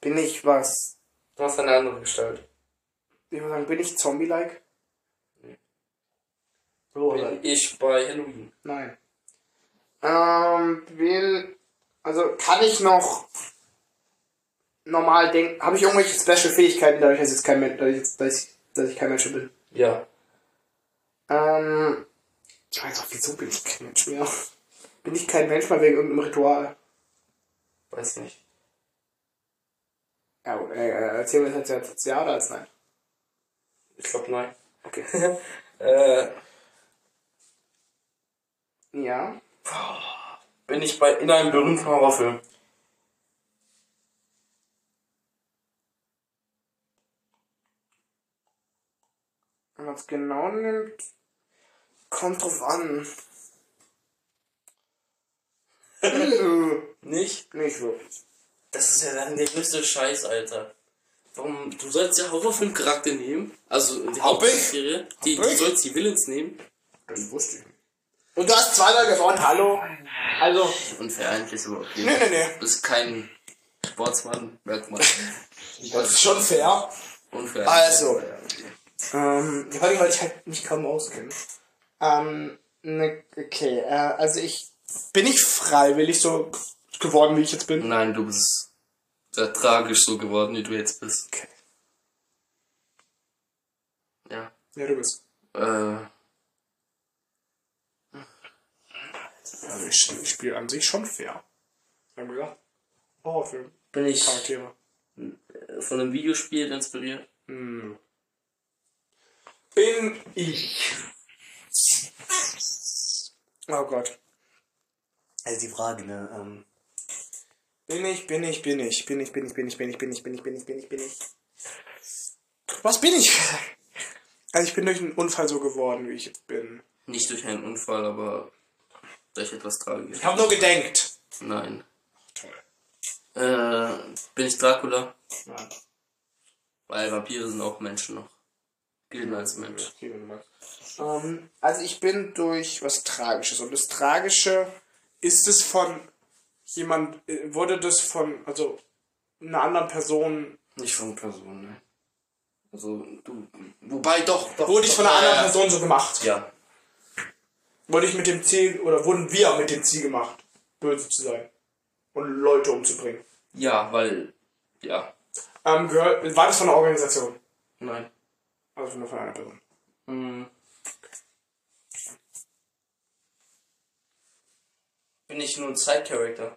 Speaker 2: bin ich was?
Speaker 1: Du hast eine andere Gestalt.
Speaker 2: Ich würde sagen, bin ich Zombie-like?
Speaker 5: Bro,
Speaker 1: Bin ich bei Halloween.
Speaker 5: Nein. Ähm, bin. Also kann ich noch normal denken. Habe ich irgendwelche Special-Fähigkeiten, dadurch, dass, jetzt kein Mensch, dadurch, jetzt- dass, ich, dass ich kein Mensch bin?
Speaker 1: Ja.
Speaker 5: Ähm. Ich weiß auch, wieso bin ich kein Mensch mehr? Bin ich kein Mensch mehr wegen irgendeinem Ritual?
Speaker 1: Weiß nicht.
Speaker 5: Ja, gut, äh, erzähl mir das jetzt als Ja oder als Nein?
Speaker 1: Ich glaube nein.
Speaker 5: Okay.
Speaker 1: Äh,
Speaker 5: Ja.
Speaker 1: bin ich bei in einem berühmten Horrorfilm.
Speaker 5: Wenn man es genau nimmt, kommt drauf an. Hm,
Speaker 1: Nicht?
Speaker 5: Nicht wirklich.
Speaker 1: Das ist ja dann der größte Scheiß, Alter. Warum? Du sollst ja Horrorfilmcharakter nehmen. Also die
Speaker 2: Hab ich.
Speaker 1: Hauptcharaktere. Die,
Speaker 2: Hab
Speaker 1: du
Speaker 2: ich.
Speaker 1: sollst die Villains nehmen.
Speaker 5: Das wusste ich nicht.
Speaker 2: Und du hast zweimal gewonnen, hallo?
Speaker 5: Also,
Speaker 1: Unvereinlich, aber okay.
Speaker 2: Nee, nee, nee.
Speaker 1: Du bist kein Sportsmann, Merkmal.
Speaker 2: Das ist schon fair.
Speaker 1: Unfair.
Speaker 2: Also,
Speaker 5: ähm, weil ich- weil ich halt mich kaum auskenne. Ähm, ne, okay, äh, also ich,
Speaker 2: bin ich freiwillig so geworden, wie ich jetzt bin?
Speaker 1: Nein, du bist sehr tragisch so geworden, wie du jetzt bist. Okay. Ja.
Speaker 2: Ja, du bist.
Speaker 1: Äh,
Speaker 2: Also ich, ich spiele an sich schon fair. Wir haben gesagt, Horrorfilm,
Speaker 1: bin ich
Speaker 2: Charaktere.
Speaker 1: von einem Videospiel inspiriert?
Speaker 2: Hm. Bin ich. Oh Gott.
Speaker 5: also die Frage, ne, ähm,
Speaker 2: Bin ich, bin ich, bin ich, bin ich, bin ich, bin ich, bin ich, bin ich, bin ich, bin ich, bin ich, bin ich. Was bin ich? Also ich bin durch einen Unfall so geworden, wie ich jetzt bin.
Speaker 1: Nicht durch einen Unfall, aber durch etwas Tragisches.
Speaker 2: Ich habe nur gedenkt.
Speaker 1: Nein.
Speaker 2: Toll.
Speaker 1: Äh, bin ich Dracula?
Speaker 2: Nein.
Speaker 1: Weil Vampire sind auch Menschen noch. Gelten als Mensch.
Speaker 5: ähm, also ich bin durch, was,
Speaker 2: was Tragisches. Und das Tragische ist es von jemand, äh, wurde das von, also einer anderen Person,
Speaker 1: Nicht von Personen, nein. Also, du. Wobei doch, doch.
Speaker 2: wurde ich
Speaker 1: doch,
Speaker 2: von einer
Speaker 1: ja,
Speaker 2: anderen Person so gemacht?
Speaker 1: Ja.
Speaker 2: Wurde ich mit dem Ziel, oder wurden wir mit dem Ziel gemacht, böse zu sein und Leute umzubringen?
Speaker 1: Ja, weil. Ja.
Speaker 2: Ähm, gehört, war das von einer Organisation?
Speaker 1: Nein.
Speaker 2: Also nur von einer Person.
Speaker 1: Hm. Bin ich nur ein Side-Character?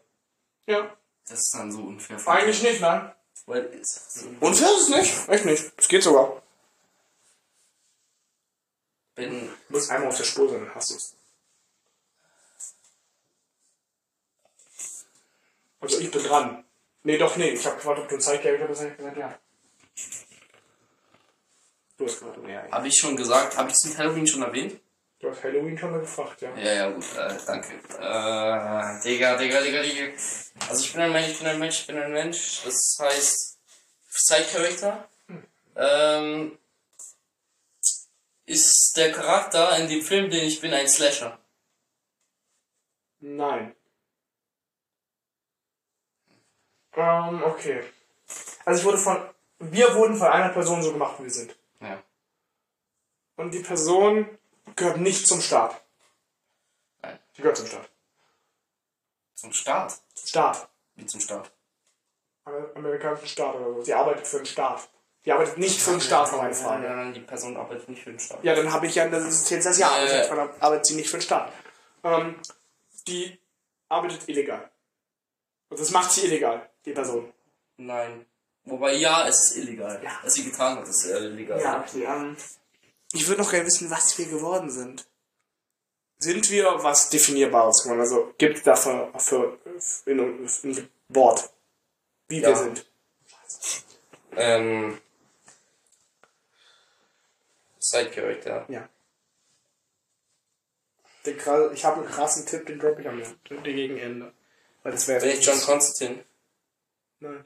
Speaker 2: Ja.
Speaker 1: Das ist dann so unfair. von
Speaker 2: Eigentlich nicht, nein.
Speaker 1: mir. Weil ist so.
Speaker 2: Unfair ist es nicht? Echt nicht. Es geht sogar.
Speaker 1: Bin.
Speaker 2: Du musst einmal auf der Spur sein, dann hast du es. Also ich bin dran. Nee, doch, nee. Ich habe gefragt, ob du ein Zeitcharacter bist. und Ich hab gesagt, ja. Du hast gefragt, ja. ja.
Speaker 1: Habe ich schon gesagt? Habe ich es in Halloween schon erwähnt?
Speaker 2: Du hast Halloween schon mal gefragt, ja.
Speaker 1: Ja, ja, gut, äh, danke. Äh, Digga, Digga, Digga, Digga. Also ich bin ein Mensch, ich bin ein Mensch, ich bin ein Mensch. Das heißt, Side Character. Ähm, ist der Charakter in dem Film, den ich bin, ein Slasher?
Speaker 2: Nein. Ähm, okay. Also ich wurde von... Wir wurden von einer Person so gemacht, wie wir sind.
Speaker 1: Ja.
Speaker 2: Und die Person gehört nicht zum Staat.
Speaker 1: Nein.
Speaker 2: Die gehört zum Staat.
Speaker 1: Zum Start?
Speaker 2: Zum Staat.
Speaker 1: Wie zum Start?
Speaker 2: Amer- amerikanischen Staat oder so. Sie arbeitet für den Staat. Sie arbeitet nicht für den Staat, war meine
Speaker 1: Nein,
Speaker 2: Frage.
Speaker 1: nein, nein, die Person arbeitet nicht für den Start.
Speaker 2: Ja, dann habe ich ja, das ist jetzt das Jahr,
Speaker 1: Ja, ja, ja.
Speaker 2: arbeitet, arbeitet sie nicht für den Staat. Ähm, die arbeitet illegal. Und das macht sie illegal, die Person.
Speaker 1: Nein. Wobei, ja, es ist illegal.
Speaker 2: Ja.
Speaker 1: Was sie getan hat, ist äh, illegal.
Speaker 2: okay. Ähm, ich würde noch gerne wissen, was wir geworden sind. Sind wir was Definierbares geworden? Also gibt es dafür für, für, in, ein Wort, wie
Speaker 1: Ja.
Speaker 2: wir sind.
Speaker 1: Ähm. Side Character.
Speaker 2: Ja.
Speaker 5: den krass, ich habe einen krassen Tipp, den droppe ich am Ende, gegen Ende. Weil das wäre
Speaker 1: Bin ich John Constantine?
Speaker 5: Nein.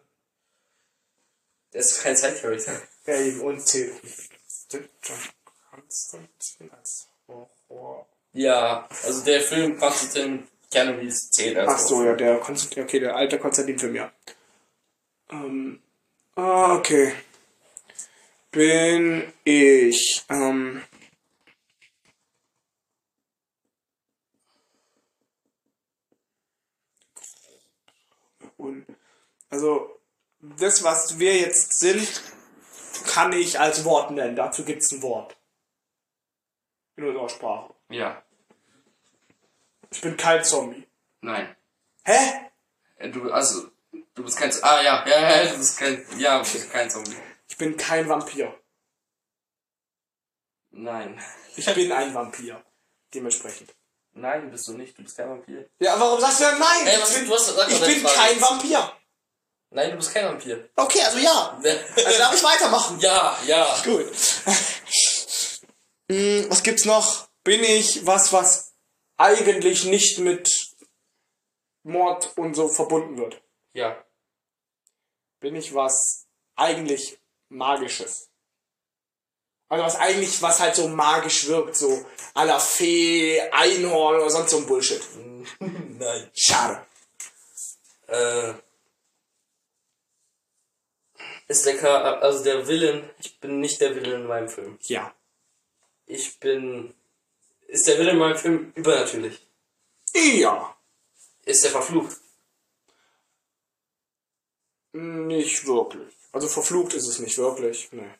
Speaker 1: Der ist kein Side Character.
Speaker 5: Wäre eben unzählig.
Speaker 2: John Constantine als Horror.
Speaker 1: Ja, also der Film Constantine Cannabis 10. Also
Speaker 2: Ach so, ja, der Konstantin, okay, der alte Konstantin-Film, ja. Ähm, ah, okay. Bin ich, ähm, wurden. Also, das, was wir jetzt sind, kann ich als Wort nennen. Dazu gibt es ein Wort. In unserer Sprache.
Speaker 1: Ja.
Speaker 2: Ich bin kein Zombie.
Speaker 1: Nein.
Speaker 2: Hä?
Speaker 1: Äh, Du, also, du bist kein. Ah, ja, ja, ja, du bist kein. Ja, du bist kein Zombie.
Speaker 2: Ich bin kein Vampir.
Speaker 1: Nein.
Speaker 2: Ich bin ein Vampir. Dementsprechend.
Speaker 1: Nein, bist du nicht. Du bist kein Vampir.
Speaker 2: Ja, warum sagst du denn nein?
Speaker 1: Ey, was- du hast- sag mal
Speaker 2: ich
Speaker 1: deine
Speaker 2: bin
Speaker 1: Frage.
Speaker 2: kein Vampir.
Speaker 1: Nein, du bist kein Vampir.
Speaker 2: Okay, also ja. Also darf ich weitermachen.
Speaker 1: ja, ja.
Speaker 2: Gut. Hm, was gibt's noch? Bin ich was, was eigentlich nicht mit Mord und so verbunden wird?
Speaker 1: Ja.
Speaker 2: Bin ich was eigentlich Magisches? Also was eigentlich, was halt so magisch wirkt, so à la Fee, Einhorn oder sonst so ein Bullshit.
Speaker 1: Nein.
Speaker 2: Hm, Schade.
Speaker 1: Äh. Ist der K. Also der Villain. Ich bin nicht der Villain in meinem Film.
Speaker 2: Ja.
Speaker 1: Ich bin. Ist der Villain in meinem Film übernatürlich?
Speaker 2: Ja.
Speaker 1: Ist der verflucht?
Speaker 2: Nicht wirklich. Also verflucht ist es nicht wirklich. Nee.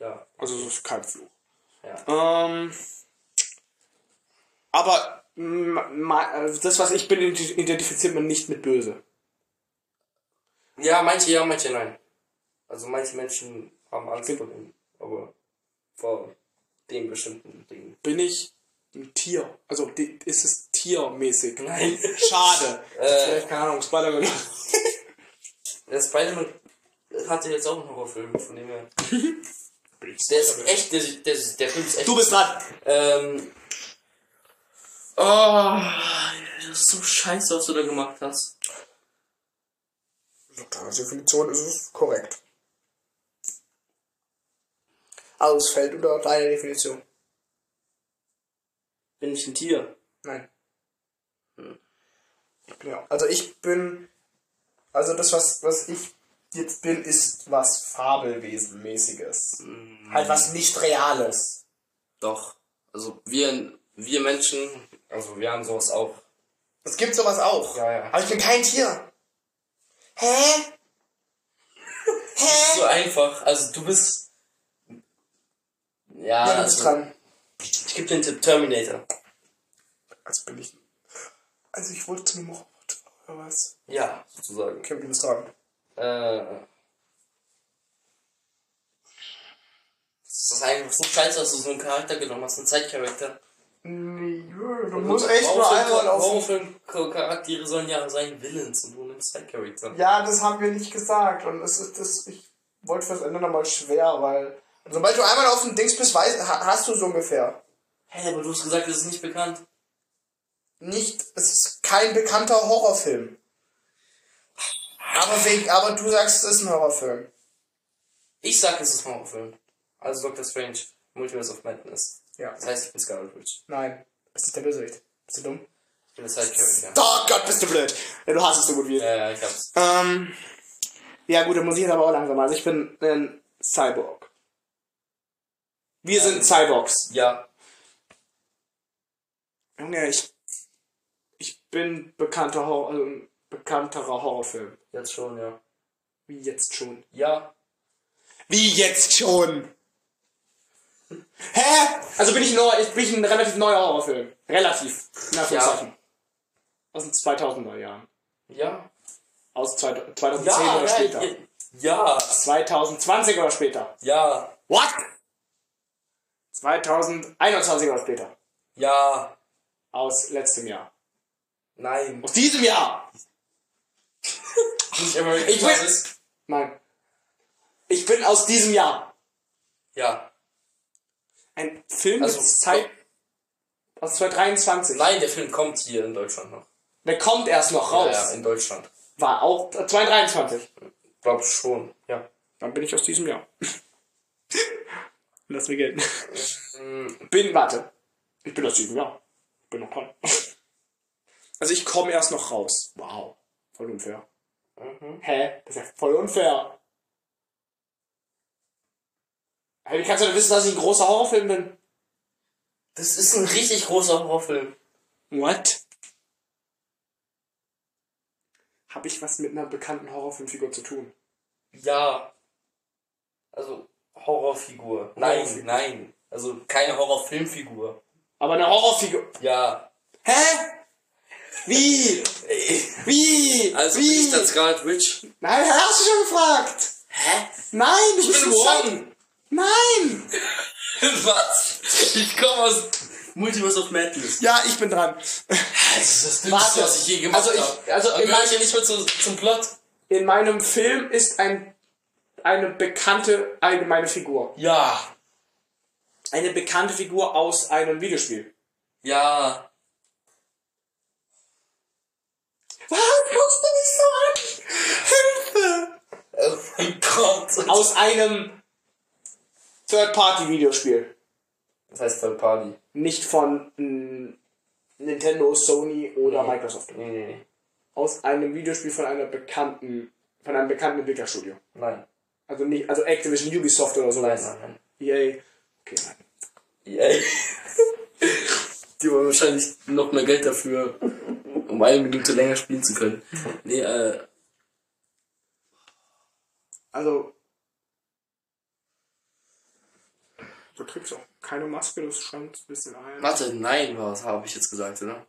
Speaker 1: Ja.
Speaker 2: Also es ist kein Fluch.
Speaker 1: Ja.
Speaker 2: Ähm, aber ma- ma- äh, das, was ich bin, ident- identifiziert man nicht mit böse.
Speaker 1: Ja, manche ja, manche nein. Also manche Menschen haben Angst vor dem, aber vor dem bestimmten Ding.
Speaker 2: Bin ich ein Tier? Also di- ist es tiermäßig?
Speaker 1: Nein.
Speaker 2: Schade.
Speaker 1: Äh.
Speaker 2: Vielleicht, keine Ahnung, Spider-Man.
Speaker 1: Der Spider-Man hatte jetzt auch einen Horrorfilm, von dem her. Der ist echt, der, der, der Film ist echt.
Speaker 2: Du bist dran.
Speaker 1: Ähm. Oh, das ist so scheiße, was du da gemacht hast.
Speaker 5: Nach deiner Definition ist es korrekt. Also es fällt unter deine Definition.
Speaker 1: Bin ich ein Tier?
Speaker 5: Nein. Hm. Ich bin ja. Also ich bin. Also das, was, was ich jetzt bin, ist was Fabelwesenmäßiges. Halt was nicht Reales.
Speaker 1: Doch. Also wir, wir Menschen, also wir haben sowas auch.
Speaker 5: Es gibt sowas auch.
Speaker 1: Ja, ja.
Speaker 5: Aber ich bin kein Tier. Hä?
Speaker 1: So einfach. Also du bist. Ja,
Speaker 5: Ja, du bist
Speaker 1: also-
Speaker 5: dran.
Speaker 1: Ich gebe den Tipp Terminator.
Speaker 5: Also bin ich. Also ich wurde zu einem Roboter, oder was?
Speaker 1: Ja, sozusagen.
Speaker 5: Okay, du bist dran.
Speaker 1: Äh. Das ist einfach so scheiße, dass du so einen Charakter genommen hast, einen Zeitcharakter.
Speaker 5: Du musst echt
Speaker 1: Warum
Speaker 5: nur
Speaker 1: für-
Speaker 5: einmal
Speaker 1: Warum
Speaker 5: auf.
Speaker 1: für einen Charaktere sollen ja sein Villains und du nimmst Zeitcharakter?
Speaker 5: Ja, das haben wir nicht gesagt. Und es ist das. Ich wollte fürs Ende nochmal schwer, weil. Sobald du einmal auf dem Dings bist, weißt, ha- hast du es ungefähr.
Speaker 1: Hä, aber du hast gesagt, das ist nicht bekannt.
Speaker 5: Nicht. Es ist kein bekannter Horrorfilm. Aber, wegen, aber du sagst, es ist ein Horrorfilm.
Speaker 1: Ich sag, es ist ein Horrorfilm. Also Doctor Strange, Multiverse of Madness.
Speaker 5: Ja.
Speaker 1: Das heißt, ich bin Scarlet Witch.
Speaker 5: Nein. Das ist der Bösewicht. Bist du dumm?
Speaker 1: Ich bin der Zeitcharakter.
Speaker 2: Oh Gott, bist du blöd. Ja, du hast es so gut wie.
Speaker 1: Ja, ja, ich hab's.
Speaker 2: Ähm, ja gut, dann muss ich jetzt aber auch langsam. Also ich bin ein Cyborg. Wir sind Cyborgs.
Speaker 1: Ja.
Speaker 2: Junge, ich, ich bin bekannter Horror, also ein bekannterer Horrorfilm.
Speaker 1: Jetzt schon, ja.
Speaker 2: Wie jetzt schon.
Speaker 1: Ja.
Speaker 2: Wie jetzt schon? Hä? Also bin ich neu, ich bin ich ein relativ neuer Horrorfilm. Relativ. In Anführungszeichen. Aus den 2000er Jahren.
Speaker 1: Ja.
Speaker 2: Aus zwei- 2010
Speaker 1: Ja,
Speaker 2: oder
Speaker 1: ja,
Speaker 2: später.
Speaker 1: Ja.
Speaker 2: 2020 oder später.
Speaker 1: Ja.
Speaker 2: What? 2021 oder später.
Speaker 1: Ja,
Speaker 2: Aus letztem Jahr.
Speaker 1: nein.
Speaker 2: Aus diesem Jahr!
Speaker 1: Nicht American
Speaker 2: Ich will-
Speaker 1: Goddess.
Speaker 2: Nein. Ich bin aus diesem Jahr.
Speaker 1: Ja.
Speaker 2: Ein Film
Speaker 1: Also,
Speaker 2: mit Zeit. Aus 2023.
Speaker 1: Nein, der Film kommt hier in Deutschland noch.
Speaker 2: Der kommt erst noch
Speaker 1: Ja,
Speaker 2: raus.
Speaker 1: ja, in Deutschland.
Speaker 2: War auch 2023.
Speaker 1: Glaub schon. Ja.
Speaker 2: Dann bin ich aus diesem Jahr. Lass mir gelten.
Speaker 1: Ähm.
Speaker 2: Bin, warte. Ich bin aus diesem Jahr. Bin noch dran. Also ich komme erst noch raus. Wow. Voll unfair.
Speaker 1: Mhm.
Speaker 2: Hä? Das ist ja voll unfair. Hey, wie kannst du denn wissen, dass ich ein großer Horrorfilm bin?
Speaker 1: Das ist ein richtig großer Horrorfilm.
Speaker 2: What?
Speaker 7: Habe ich was mit einer bekannten Horrorfilmfigur zu tun?
Speaker 1: Ja. Also, Horrorfigur. Nein,
Speaker 7: Horrorfigur.
Speaker 1: nein. Also, keine Horrorfilmfigur.
Speaker 2: Aber eine Horrorfigur.
Speaker 1: Ja.
Speaker 8: Hä? Wie? Wie?
Speaker 1: Also,
Speaker 8: Wie?
Speaker 1: ich das gerade Rich.
Speaker 8: Nein, hast du schon gefragt?
Speaker 1: Hä?
Speaker 8: Nein, ich
Speaker 1: Ich
Speaker 8: bin
Speaker 1: bin
Speaker 8: One.
Speaker 1: One.
Speaker 8: Nein!
Speaker 1: Was? Ich komme aus Multiverse of Madness.
Speaker 8: Ja, ich bin dran.
Speaker 1: Das ist das
Speaker 2: Warte.
Speaker 1: Dümmste, was ich je gemacht
Speaker 2: Also ich-
Speaker 1: habe.
Speaker 2: also
Speaker 1: Aber
Speaker 2: in
Speaker 1: gehöre
Speaker 2: mein-
Speaker 1: ich ja nicht mehr zu, zum Plot.
Speaker 2: In meinem Film ist ein, eine bekannte allgemeine Figur.
Speaker 1: Ja.
Speaker 2: Eine bekannte Figur aus einem Videospiel.
Speaker 1: Ja.
Speaker 8: Warum guckst du mich so an? Hilfe!
Speaker 2: Äh,
Speaker 1: Oh mein Gott.
Speaker 2: Aus einem Third-Party-Videospiel.
Speaker 1: Das heißt Third Party.
Speaker 2: Nicht von mm, Nintendo, Sony oder Microsoft.
Speaker 1: Nee, nee, nee.
Speaker 2: Aus einem Videospiel von einer bekannten, von einem bekannten Entwicklerstudio.
Speaker 1: Nein.
Speaker 2: Also nicht, also Activision, Ubisoft oder so.
Speaker 1: Nein, nein, nein.
Speaker 2: Yay. Okay, nein.
Speaker 1: Yay. Die wollen wahrscheinlich noch mehr Geld dafür, um eine Minute länger spielen zu können. Nee, äh.
Speaker 7: Also,
Speaker 2: Du trägst auch keine Maske, das scheint ein bisschen ein.
Speaker 1: Warte, nein, was habe ich jetzt gesagt, oder?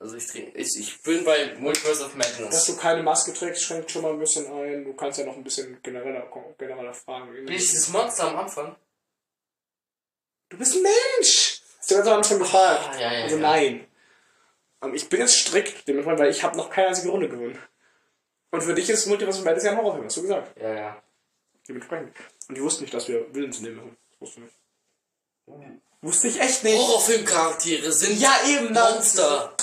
Speaker 1: Also ich trinke. Ich, ich bin bei Multiverse of
Speaker 2: Dass
Speaker 1: Madness.
Speaker 2: du keine Maske trägst, schränkt schon mal ein bisschen ein. Du kannst ja noch ein bisschen genereller, genereller Fragen.
Speaker 1: Bin ich dieses Monster am Anfang?
Speaker 2: Du bist ein Mensch! Hast du ganz am Anfang gefragt.
Speaker 1: Ah, ja, ja,
Speaker 2: also
Speaker 1: ja.
Speaker 2: nein. Ähm, ich bin jetzt strikt, dementsprechend, weil ich habe noch keine einzige Runde gewonnen. Und für dich ist Multiverse of Madness ja ein Horrorfilm, hast du gesagt.
Speaker 1: Ja, ja.
Speaker 2: Dementsprechend. Und die wussten nicht, dass wir Willensnehmen machen. Das wusste nicht. Wusste ich echt nicht.
Speaker 1: Horrorfilmcharaktere sind
Speaker 8: Ja, eben, da-
Speaker 1: Oh, Monster.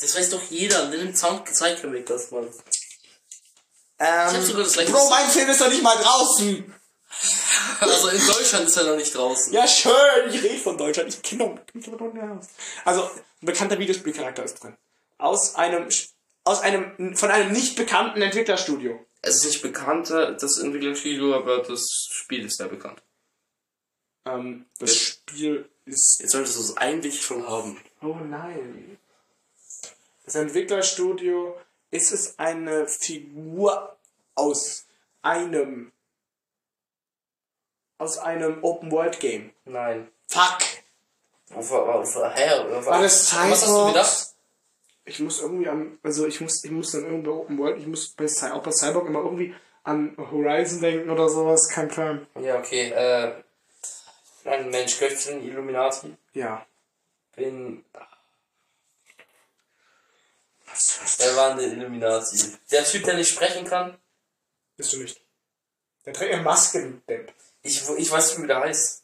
Speaker 1: Das weiß doch jeder. Nimm den Sound Cyclemic das mal.
Speaker 8: Ähm,
Speaker 1: hab sogar das gleiche-
Speaker 8: Bro, mein Film ist doch nicht mal draußen.
Speaker 1: Also in Deutschland ist er noch nicht draußen.
Speaker 2: Ja, schön, ich rede von Deutschland. Ich kenne doch kenn doch nicht aus. Also, ein bekannter Videospielcharakter ist drin. Aus einem, Sch- aus einem, von einem nicht bekannten Entwicklerstudio.
Speaker 1: Es ist nicht bekannt, äh, das Entwicklerstudio, aber das Spiel ist ja bekannt.
Speaker 2: Ähm, das Spiel ist.
Speaker 1: Jetzt solltest du es eigentlich schon haben.
Speaker 2: Oh nein. Das Entwicklerstudio ist es eine Figur aus einem. aus einem Open-World-Game.
Speaker 1: Nein.
Speaker 2: Fuck!
Speaker 1: Auf, auf, hä? Auf,
Speaker 2: War
Speaker 1: was
Speaker 2: das
Speaker 1: hast du
Speaker 2: Cyborg?
Speaker 1: gedacht?
Speaker 2: ich muss irgendwie an, also ich muss, ich muss dann irgendwo Open World, ich muss bei, Cy- auch bei Cyborg immer irgendwie an Horizon denken oder sowas, kein Plan.
Speaker 1: Ja, okay. Äh, ein Mensch, Göttchen, Illuminati.
Speaker 2: Ja.
Speaker 1: Bin. Wer war denn der Illuminati? Der Typ, der nicht sprechen kann?
Speaker 2: Bist du nicht. Der trägt eine Maske, du Depp.
Speaker 1: Ich, ich weiß nicht, wie der heißt.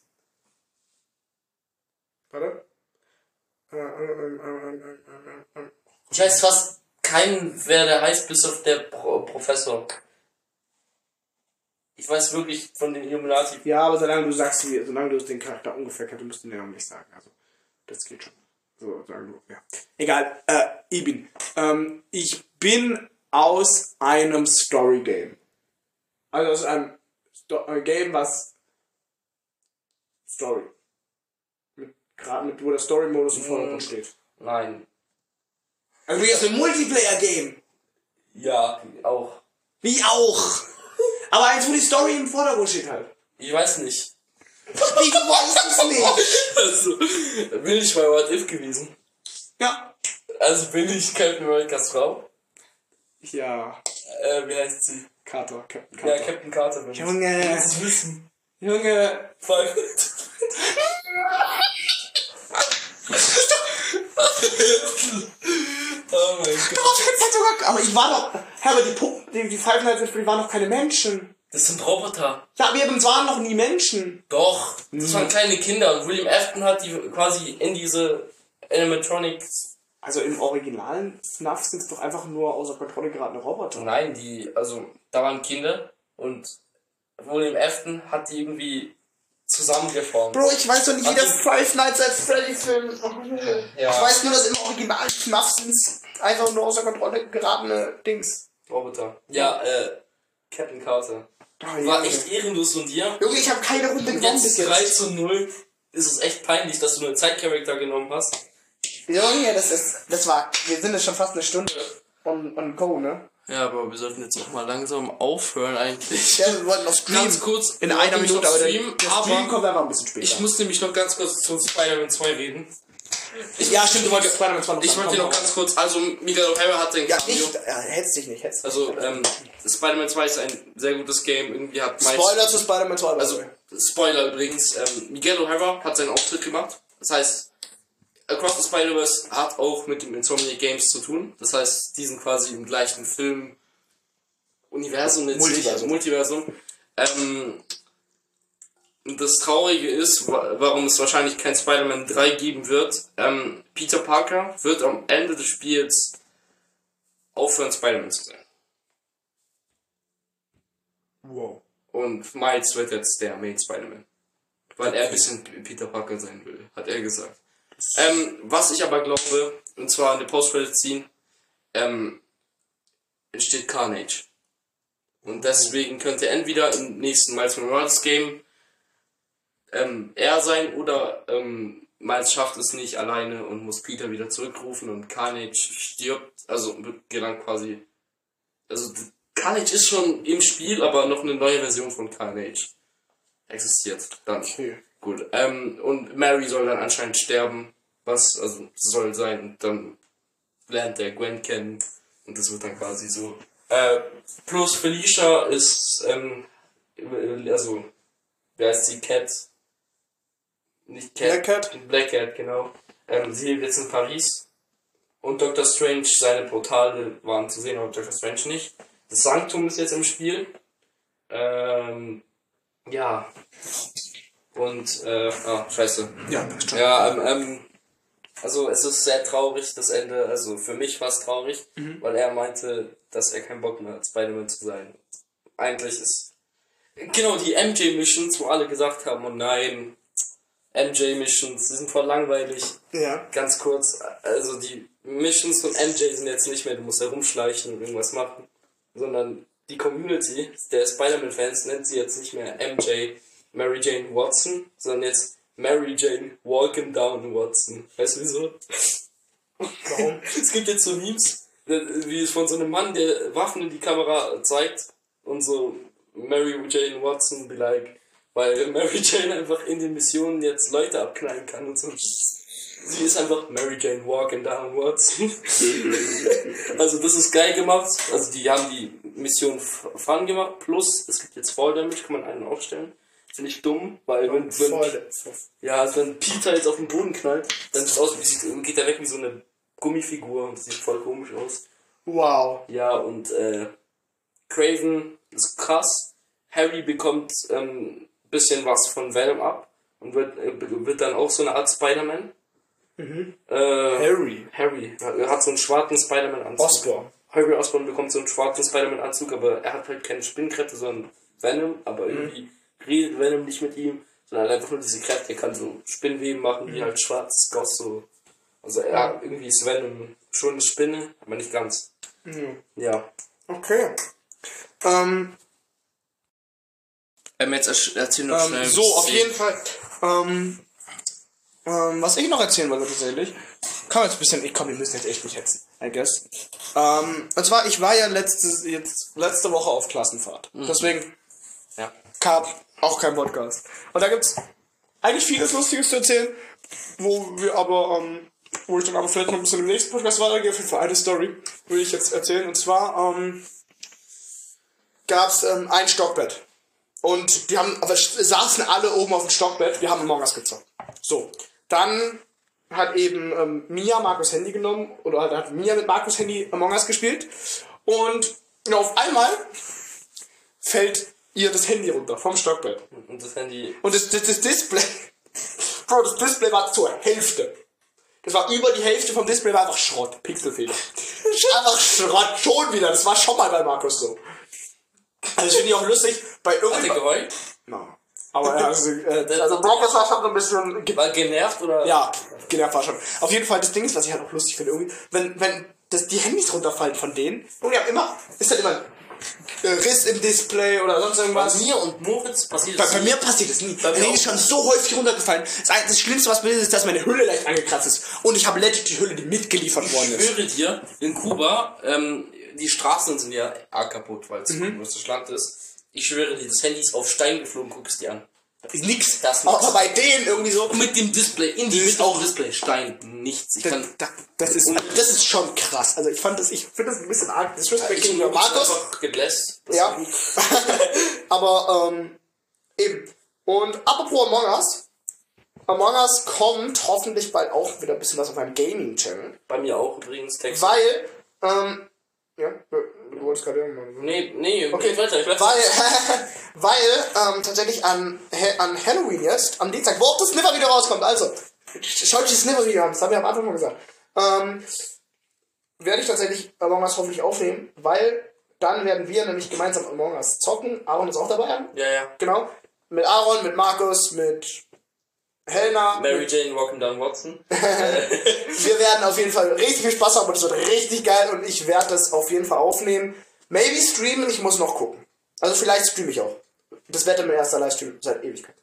Speaker 2: Warte. Äh, äh, äh, äh, äh, äh, äh.
Speaker 1: Ich weiß fast keinen, wer der heißt, bis auf der Pro Professor. Ich weiß wirklich von den Illuminati.
Speaker 2: Ja, aber solange du sagst, wie, solange du den Charakter ungefähr kennst, musst du den Namen nicht sagen. Also, das geht schon. So, sagen du, ja. Egal, äh, Ibin. Ähm, ich bin aus einem Story-Game. Also aus einem Sto äh, Game, was Story. Mit, gerade mit, wo der Story-Modus im Vordergrund steht.
Speaker 1: Nein.
Speaker 8: Also du gehst ein Multiplayer-Game.
Speaker 1: Ja, auch.
Speaker 8: Wie auch.
Speaker 2: Aber eins, wo die Story im Vordergrund steht halt.
Speaker 1: Ich weiß nicht.
Speaker 8: Wie, du weißt es nicht.
Speaker 1: Also, bin ich bei What If gewesen.
Speaker 8: Ja.
Speaker 1: Also bin ich Captain America's Frau.
Speaker 2: Ja,
Speaker 1: Äh, wie heißt sie?
Speaker 2: Carter, Captain
Speaker 1: Ja,
Speaker 2: Carter.
Speaker 1: Captain Carter bin ich.
Speaker 8: Junge.
Speaker 1: Das wissen.
Speaker 2: Junge,
Speaker 1: Vor allem. oh mein Gott.
Speaker 8: Was hättest du halt sogar...
Speaker 2: aber ich war doch. Hä, aber die Puppen, die, die Five Nights at Freddy waren doch keine Menschen.
Speaker 1: Das sind Roboter.
Speaker 2: Ja, aber eben, es waren noch nie Menschen.
Speaker 1: Doch, das waren kleine Kinder und William Afton hat die quasi in diese Animatronics.
Speaker 2: Also im originalen FNAF sind es doch einfach nur außer Kontrolle geratene Roboter.
Speaker 1: Nein, die, also da waren Kinder und William Afton hat die irgendwie zusammengeformt.
Speaker 8: Bro, ich weiß doch nicht, wie
Speaker 1: Warte.
Speaker 8: der Five Nights at Freddy Film...
Speaker 1: Also- Ja.
Speaker 8: Ich weiß nur, dass im Original FNAF sind's einfach nur außer Kontrolle geratene Dings.
Speaker 1: Roboter. Ja, äh, Captain Carter.
Speaker 2: Ah, ja.
Speaker 1: War echt ehrenlos von dir.
Speaker 8: Junge, ich habe keine Runde gewonnen bis
Speaker 1: Jetzt 3
Speaker 8: jetzt.
Speaker 1: zu 0 ist es echt peinlich, dass du nur einen Zeitcharakter genommen hast.
Speaker 8: Junge, das ist... Das war... Wir sind jetzt schon fast eine Stunde.
Speaker 5: on, on go, ne?
Speaker 1: Ja, aber wir sollten jetzt auch mal langsam aufhören eigentlich.
Speaker 2: Ja, wir wollten noch streamen.
Speaker 1: Ganz kurz.
Speaker 2: In einer
Speaker 1: ich
Speaker 2: Minute,
Speaker 1: noch
Speaker 2: aber der-
Speaker 1: streamen,
Speaker 3: Der
Speaker 1: aber
Speaker 3: Stream kommt einfach ein bisschen später.
Speaker 1: ich muss nämlich noch ganz kurz zu Spider-Man 2 reden. Ich,
Speaker 2: Ja, stimmt, du wolltest
Speaker 1: Spider-Man
Speaker 2: Spider-Man 2 noch
Speaker 1: Ich wollte noch
Speaker 2: ankommen.
Speaker 1: ganz kurz, also Miguel O'Hara hat den
Speaker 2: Ja,
Speaker 1: Cameo.
Speaker 2: nicht, ja, hetz dich nicht, hetz dich.
Speaker 1: Also, ähm, Spider-Man 2 ist ein sehr gutes Game, irgendwie hat meist-
Speaker 2: Äh, Spoiler zu Spider-Man 2, by the
Speaker 1: Also,
Speaker 2: way.
Speaker 1: Spoiler übrigens, ähm, Miguel O'Hara hat seinen Auftritt gemacht. Das heißt, Across the Spider-Verse hat auch mit dem Insomniac Games zu tun. Das heißt, die sind quasi im gleichen Film Universum, nennt's sich,
Speaker 2: Multiversum.
Speaker 1: Multiversum. Ähm, und das Traurige ist, wa- warum es wahrscheinlich kein Spider-Man 3 geben wird, ähm, Peter Parker wird am Ende des Spiels aufhören, Spider-Man zu sein. Also,
Speaker 3: wow.
Speaker 1: Und Miles wird jetzt der Main Spider-Man. Weil er ein bisschen Peter Parker sein will, hat er gesagt. Ähm, was ich aber glaube, und zwar in der Post-Credit Scene, ähm, entsteht Carnage. Und deswegen könnte entweder im nächsten Miles Morales Game ähm, er sein oder ähm, Miles schafft es nicht alleine und muss Peter wieder zurückrufen und Carnage stirbt, also wird- gelangt quasi also d- Carnage ist schon im Spiel, aber noch eine neue Version von Carnage existiert dann.
Speaker 3: Okay.
Speaker 1: Gut. Ähm, und Mary soll dann anscheinend sterben, was also soll sein. Und dann lernt der Gwen kennen und das wird dann quasi so. Äh, plus Felicia ist ähm, äh, also wer ist die Cat? Nicht Cat.
Speaker 2: Black Cat?
Speaker 1: Black Cat genau. Ähm, sie lebt jetzt in Paris und Dr. Strange seine Portale waren zu sehen, aber Dr. Strange nicht. Das Sanktum ist jetzt im Spiel. Ähm, ja. Und, äh, ah, scheiße.
Speaker 3: Ja, das stimmt.
Speaker 1: Ja, ähm, ähm, also es ist sehr traurig, das Ende. Also für mich war es traurig, weil er meinte, dass er keinen Bock mehr hat, Spider-Man zu sein. Eigentlich ist. Genau, die MJ-Missions, wo alle gesagt haben, oh nein, MJ-Missions, die sind voll langweilig.
Speaker 2: Ja.
Speaker 1: Ganz kurz, also die Missions von MJ sind jetzt nicht mehr, du musst herumschleichen und irgendwas machen, sondern die Community der Spider-Man-Fans nennt sie jetzt nicht mehr MJ Mary Jane Watson, sondern jetzt Mary Jane Walking Down Watson. Weißt du wieso?
Speaker 5: Warum?
Speaker 1: Es gibt jetzt so Memes, äh, wie von so einem Mann, der Waffen in die Kamera zeigt und so Mary Jane Watson be like, weil Mary Jane einfach in den Missionen jetzt Leute abknallen kann und so. Sie ist einfach Mary Jane Walking Down Watson. also das ist geil gemacht. Also die haben die Mission f- fun gemacht. Plus, es gibt jetzt Fall Damage, kann man einen aufstellen. Finde ich dumm, weil wenn, wenn,
Speaker 5: Voll.
Speaker 1: ja, also wenn Peter jetzt auf den Boden knallt, dann sieht's aus, wie sieht, geht er weg wie so eine Gummifigur und sieht voll komisch aus.
Speaker 5: Wow.
Speaker 1: Ja, und äh, Craven ist krass. Harry bekommt ähm, bisschen was von Venom ab und wird, äh, wird dann auch so eine Art Spider-Man. Äh,
Speaker 3: Harry.
Speaker 1: Harry er hat so einen schwarzen Spider-Man-Anzug.
Speaker 5: Osborn.
Speaker 1: Harry Osborn bekommt so einen schwarzen Spider-Man-Anzug, aber er hat halt keine Spinnenkräfte, sondern Venom,
Speaker 2: Mhm.
Speaker 1: aber irgendwie redet Venom nicht mit ihm, sondern hat einfach nur diese Kräfte. Er kann so Spinnweben machen,
Speaker 2: Mhm.
Speaker 1: die halt schwarz, Goss so. Also er, irgendwie ist Venom schon eine Spinne, aber nicht ganz. Ja.
Speaker 2: Okay. Ähm,
Speaker 1: Ähm, jetzt erzähl noch
Speaker 2: ähm, so, auf jeden Fall. Ähm, ähm, was ich noch erzählen wollte tatsächlich. Komm jetzt ein bisschen, ich komm, wir müssen jetzt echt nicht hetzen, I guess. Ähm, und zwar, ich war ja letzte, jetzt, letzte Woche auf Klassenfahrt. Deswegen
Speaker 1: Ja.
Speaker 2: Cup, auch kein Podcast. Und da gibt's eigentlich vieles Lustiges zu erzählen, wo wir aber, ähm, wo ich dann aber vielleicht noch ein bisschen im nächsten Podcast weitergehe. Auf jeden Fall eine Story will ich jetzt erzählen. Und zwar ähm, gab's ähm, ein Stockbett. Und die haben, aber sch- saßen alle oben auf dem Stockbett. Wir haben Among Us gezockt. So, dann hat eben ähm, Mia Markus Handy genommen oder hat, hat Mia mit Markus Handy Among Us gespielt. Und ja, auf einmal fällt ihr das Handy runter vom Stockbett.
Speaker 1: Und das Handy.
Speaker 2: Und das, das, das Display. Bro, das Display war zur Hälfte. Das war über die Hälfte vom Display, war einfach Schrott. Pixelfehler. einfach Schrott. Schon wieder. Das war schon mal bei Markus so. Also das finde ich auch lustig. Bei
Speaker 1: Hat er
Speaker 2: irgendjemandem.
Speaker 1: geheult?
Speaker 3: No.
Speaker 2: Aber ja, also, äh, also Markus war schon so ein bisschen ge-
Speaker 1: War genervt oder?
Speaker 2: ja, genervt war schon. Auf jeden Fall, das Ding ist, was ich halt auch lustig finde, irgendwie, wenn, wenn das, die Handys runterfallen von denen, und die haben immer, ist halt immer äh, Riss im Display oder sonst irgendwas.
Speaker 1: Bei mir und Moritz passiert
Speaker 2: Bei,
Speaker 1: es
Speaker 2: bei
Speaker 1: nie.
Speaker 2: mir passiert das nie.
Speaker 1: Bei mir
Speaker 2: René
Speaker 1: auch.
Speaker 2: ist schon so häufig runtergefallen. Das, ein- das Schlimmste, was passiert ist, dass meine Hülle leicht angekratzt ist. Und ich habe legit die Hülle, die mitgeliefert worden
Speaker 1: Ich
Speaker 2: ist.
Speaker 1: schwöre dir, in Kuba, ähm, die Straßen sind ja arg kaputt, weil es ein großes Land ist. Ich schwöre dir, das Handy ist auf Stein geflogen, guck es dir an.
Speaker 2: Ist nix.
Speaker 1: Das nix.
Speaker 2: Außer bei denen irgendwie so.
Speaker 1: Mit dem Display, in die Mitte auch Display, Stein, nichts. Ich
Speaker 2: Da,
Speaker 1: kann.
Speaker 2: da, das, ist, das ist schon krass. Also ich fand das, ich finde das ein bisschen arg disrespect
Speaker 1: Ich
Speaker 2: gegenüber Markus.
Speaker 1: einfach gebläst. Das
Speaker 2: Ja.
Speaker 1: ist-
Speaker 2: Aber ähm, eben. Und apropos Among Us. Among Us kommt hoffentlich bald auch wieder ein bisschen was auf meinem Gaming-Channel.
Speaker 1: Bei mir auch übrigens Text.
Speaker 2: Weil, ähm, ja, du wolltest gerade irgendwann.
Speaker 1: Nee, nee, okay, weiter. Ich bleib
Speaker 2: Weil, weil ähm, tatsächlich an, Ha- an Halloween jetzt, am Dienstag, wo auch das Sniffer wieder rauskommt, also, schaut euch das Sniffer wieder an, das haben wir am Anfang mal gesagt. Ähm, werde ich tatsächlich Among Us hoffentlich aufnehmen, weil dann werden wir nämlich gemeinsam Among Us zocken. Aaron ist auch dabei, Aaron?
Speaker 1: Ja, ja.
Speaker 2: Genau. Mit Aaron, mit Markus, mit Helena.
Speaker 1: Mary Jane Walking Down Watson.
Speaker 2: Wir werden auf jeden Fall richtig viel Spaß haben und es wird richtig geil und ich werde das auf jeden Fall aufnehmen. Maybe streamen, ich muss noch gucken. Also vielleicht streame ich auch. Das wäre dann mein erster Livestream seit Ewigkeit.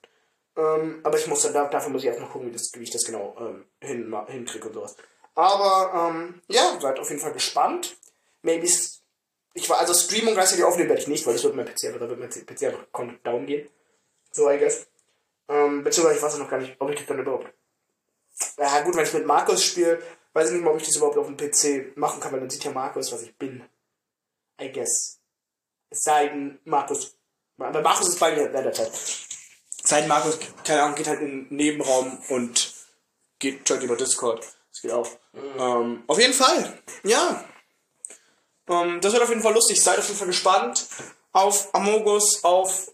Speaker 2: Ähm, aber ich muss dann, da- dafür muss ich erst noch gucken, wie, das, wie ich das genau ähm, hin, ma- hinkriege und sowas. Aber ähm, ja, seid auf jeden Fall gespannt. Maybe s- ich war also streamen und gleichzeitig aufnehmen werde ich nicht, weil das wird mein PC, aber da wird mein PC einfach komplett down gehen. So, I guess. Ähm, beziehungsweise ich weiß noch gar nicht, ob ich das dann überhaupt ja, gut, wenn ich mit Markus spiele, weiß ich nicht mal, ob ich das überhaupt auf dem PC machen kann, weil dann sieht ja Markus, was ich bin. I guess. Es sei denn, Markus. Aber Markus ist bei mir, wäre der Chat.
Speaker 3: Sein Markus, keine Ahnung, geht halt in den Nebenraum und geht joint über Discord. Das geht auch.
Speaker 1: Mhm.
Speaker 3: Ähm, auf jeden Fall. Ja. Ähm, das wird auf jeden Fall lustig. Seid auf jeden Fall gespannt auf Amogus, auf,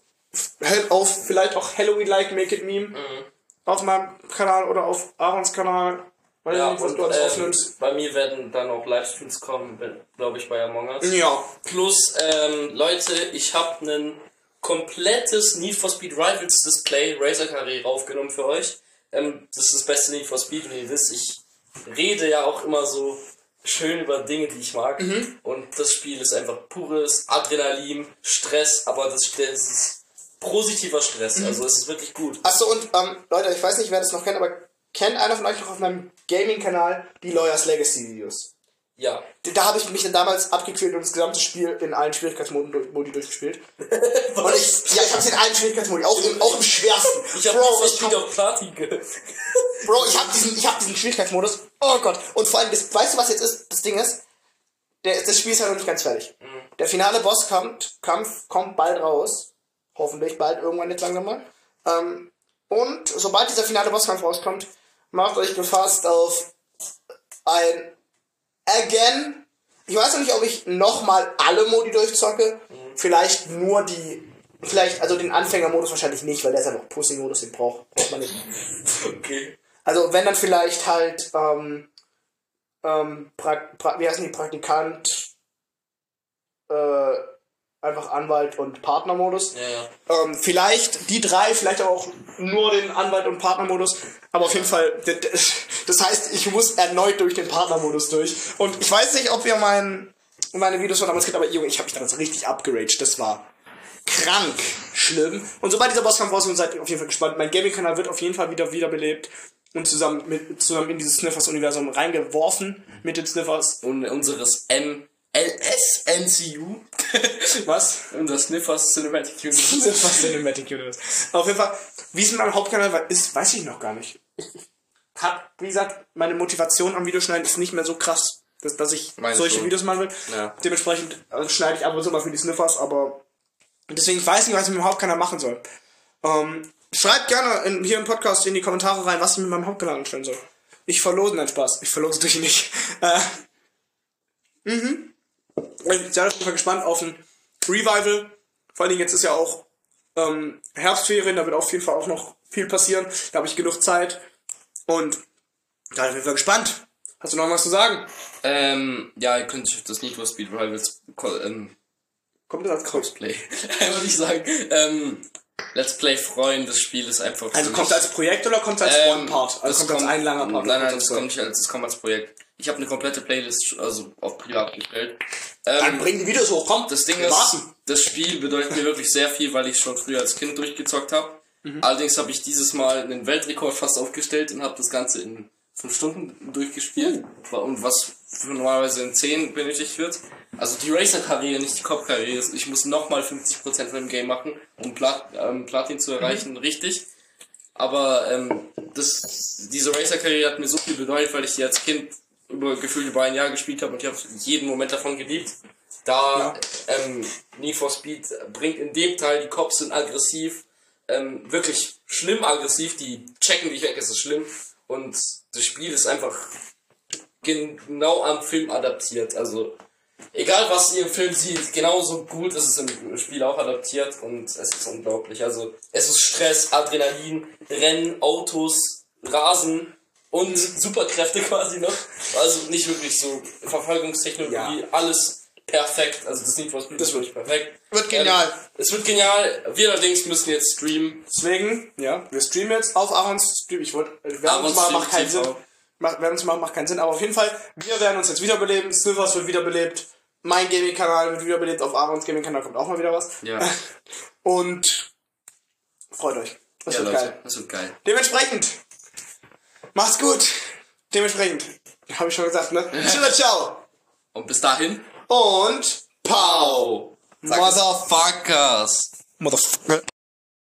Speaker 3: Hell- auf vielleicht auch Halloween-like Make It Meme.
Speaker 1: Mhm.
Speaker 3: Auf meinem Kanal oder auf Aarons Kanal. Weiß
Speaker 1: Ja,
Speaker 3: nicht, was
Speaker 1: und
Speaker 3: du alles
Speaker 1: ähm,
Speaker 3: aufnimmst.
Speaker 1: bei mir werden dann auch Livestreams kommen, glaube ich, bei Among Us.
Speaker 3: Ja.
Speaker 1: Plus, ähm, Leute, ich habe ein komplettes Need for Speed Rivals Display Razer Carré raufgenommen für euch. Ähm, das ist das beste Need for Speed und ihr wisst, ich rede ja auch immer so schön über Dinge, die ich mag. Und das Spiel ist einfach pures Adrenalin, Stress, aber das, das ist positiver Stress. Also es ist wirklich gut.
Speaker 2: Achso, und ähm, Leute, ich weiß nicht, wer das noch kennt, aber kennt einer von euch noch auf meinem Gaming-Kanal die Lawyers Legacy Videos?
Speaker 1: Ja.
Speaker 2: Da habe ich mich dann damals abgequält und das gesamte Spiel in allen Schwierigkeitsmodi durch- Modi durchgespielt. und ich, ja, ich habe es in allen Schwierigkeitsmodi, auch im, auch im schwersten.
Speaker 1: Ich habe
Speaker 2: Bro,
Speaker 1: das
Speaker 2: ich
Speaker 1: Spiel auf Platin ge
Speaker 2: Bro, ich hab diesen, ich hab diesen Schwierigkeitsmodus. Oh Gott. Und vor allem, das, weißt du, was jetzt ist? Das Ding ist, der, das Spiel ist ja noch nicht ganz fertig. Der finale Bosskampf Kampf kommt bald raus. Hoffentlich bald irgendwann jetzt langsam mal. Ähm, und sobald dieser finale Bosskampf rauskommt, macht euch gefasst auf ein Again. Ich weiß noch nicht, ob ich nochmal alle Modi durchzocke. Vielleicht nur die. Vielleicht, also den Anfängermodus wahrscheinlich nicht, weil der ist ja noch Pussy-Modus, den braucht, braucht man nicht.
Speaker 1: Okay.
Speaker 2: Also wenn dann vielleicht halt, ähm, ähm, pra pra wie heißen die, Praktikant, äh, einfach Anwalt und Partnermodus.
Speaker 1: Ja, ja.
Speaker 2: Ähm, vielleicht die drei, vielleicht aber auch nur den Anwalt- und Partnermodus. Aber auf jeden Fall, d- d- das heißt, ich muss erneut durch den Partnermodus durch. Und ich weiß nicht, ob ihr mein, meine Videos von damals kennt, aber Junge, ich habe mich damals richtig abgeraged. Das war krank schlimm. Und sobald dieser Bosskampf rauskommt, seid ihr auf jeden Fall gespannt. Mein Gaming-Kanal wird auf jeden Fall wieder wiederbelebt und zusammen, mit, zusammen in dieses Sniffers-Universum reingeworfen mit den Sniffers.
Speaker 1: Und unseres M. LSNCU.
Speaker 2: Was?
Speaker 1: Und das Sniffers Cinematic Universe.
Speaker 2: Sniffers Cinematic Universe. Auf jeden Fall,
Speaker 3: Wie es mit meinem Hauptkanal war- ist, weiß ich noch gar nicht. Ich hab, wie gesagt, meine Motivation am Videoschneiden ist nicht mehr so krass, dass, dass ich
Speaker 1: Meine
Speaker 3: solche
Speaker 1: schon.
Speaker 3: Videos machen will.
Speaker 1: Ja.
Speaker 3: Dementsprechend äh, schneide ich ab und zu mal für die Sniffers, aber deswegen ich weiß nicht, was ich mit meinem Hauptkanal machen soll. Ähm, schreibt gerne in, hier im Podcast in die Kommentare rein, was ich mit meinem Hauptkanal anstellen soll. Ich verlose einen Spaß. Ich verlose dich nicht. Äh, mhm. Ich bin sehr auf jeden Fall gespannt auf ein Revival. Vor allen Dingen jetzt ist ja auch ähm, Herbstferien, da wird auf jeden Fall auch noch viel passieren. Da habe ich genug Zeit. Und da bin ich auf jeden Fall gespannt. Hast du noch was zu sagen?
Speaker 1: Ähm, ja, ihr könnt euch auf das Need for Speed Rivals Co- ähm,
Speaker 3: Kommt das als Kreuz?
Speaker 1: Play, würde ich sagen. Ähm, Let's Play freuen, das Spiel ist einfach.
Speaker 3: Also
Speaker 1: für
Speaker 3: kommt
Speaker 1: mich-
Speaker 3: als Projekt oder kommt als
Speaker 1: Ähm,
Speaker 3: One-Part?
Speaker 1: das
Speaker 3: Also kommt als ein langer Part?
Speaker 1: Nein,
Speaker 3: oder
Speaker 1: nein,
Speaker 3: kommt
Speaker 1: das
Speaker 3: als
Speaker 1: kommt nicht als, das kommt als Projekt. Ich habe eine komplette Playlist, also auf privat gestellt.
Speaker 9: Dann bring die Videos hoch, komm.
Speaker 1: Das Ding
Speaker 9: Wir
Speaker 1: ist,
Speaker 9: warten.
Speaker 1: das Spiel bedeutet mir wirklich sehr viel, weil ich es schon früher als Kind durchgezockt habe. Allerdings habe ich dieses Mal einen Weltrekord fast aufgestellt und habe das Ganze in 5 Stunden durchgespielt. Und was für normalerweise in 10 benötigt wird. Also die Racer-Karriere, nicht die Cop-Karriere. Ich muss nochmal 50% von dem Game machen, um Plat ähm, Platin zu erreichen, richtig. Aber ähm, das, diese Racer-Karriere hat mir so viel bedeutet, weil ich die als Kind über gefühlt über ein Jahr gespielt habe und ich habe jeden Moment davon geliebt. Da ähm, Need for Speed bringt in dem Teil, die Cops sind aggressiv, ähm, wirklich schlimm aggressiv, die checken dich weg, es ist schlimm. Und das Spiel ist einfach genau am Film adaptiert. Also egal was ihr im Film sieht, genauso gut ist es im Spiel auch adaptiert und es ist unglaublich. Also es ist Stress, Adrenalin, Rennen, Autos, Rasen und Superkräfte quasi noch. Also nicht wirklich so Verfolgungstechnologie, alles perfekt. Also das Need for Speed ist wirklich perfekt.
Speaker 9: Wird genial.
Speaker 1: Ähm, es wird genial. Wir allerdings müssen jetzt streamen.
Speaker 2: Deswegen, ja, wir streamen jetzt auf Aarons Stream. Ich also wollte,
Speaker 1: Aarons
Speaker 2: Werbung zu machen macht
Speaker 1: Stream
Speaker 2: keinen Sinn.
Speaker 1: TV.
Speaker 2: Macht, Werbung zu machen macht keinen Sinn, aber auf jeden Fall, wir werden uns jetzt wiederbeleben. Snivers wird wiederbelebt. Mein Gaming-Kanal wird wiederbelebt. Auf Aarons Gaming-Kanal kommt auch mal wieder was.
Speaker 1: Ja,
Speaker 2: Und freut euch. Das
Speaker 1: ja
Speaker 2: wird
Speaker 1: Leute,
Speaker 2: geil.
Speaker 1: das wird geil.
Speaker 2: Dementsprechend, macht's gut. Dementsprechend, habe ich schon gesagt, ne? Tschüss, ciao.
Speaker 1: Und bis dahin.
Speaker 2: Und pow.
Speaker 1: Motherfuckers.
Speaker 9: Motherfucker.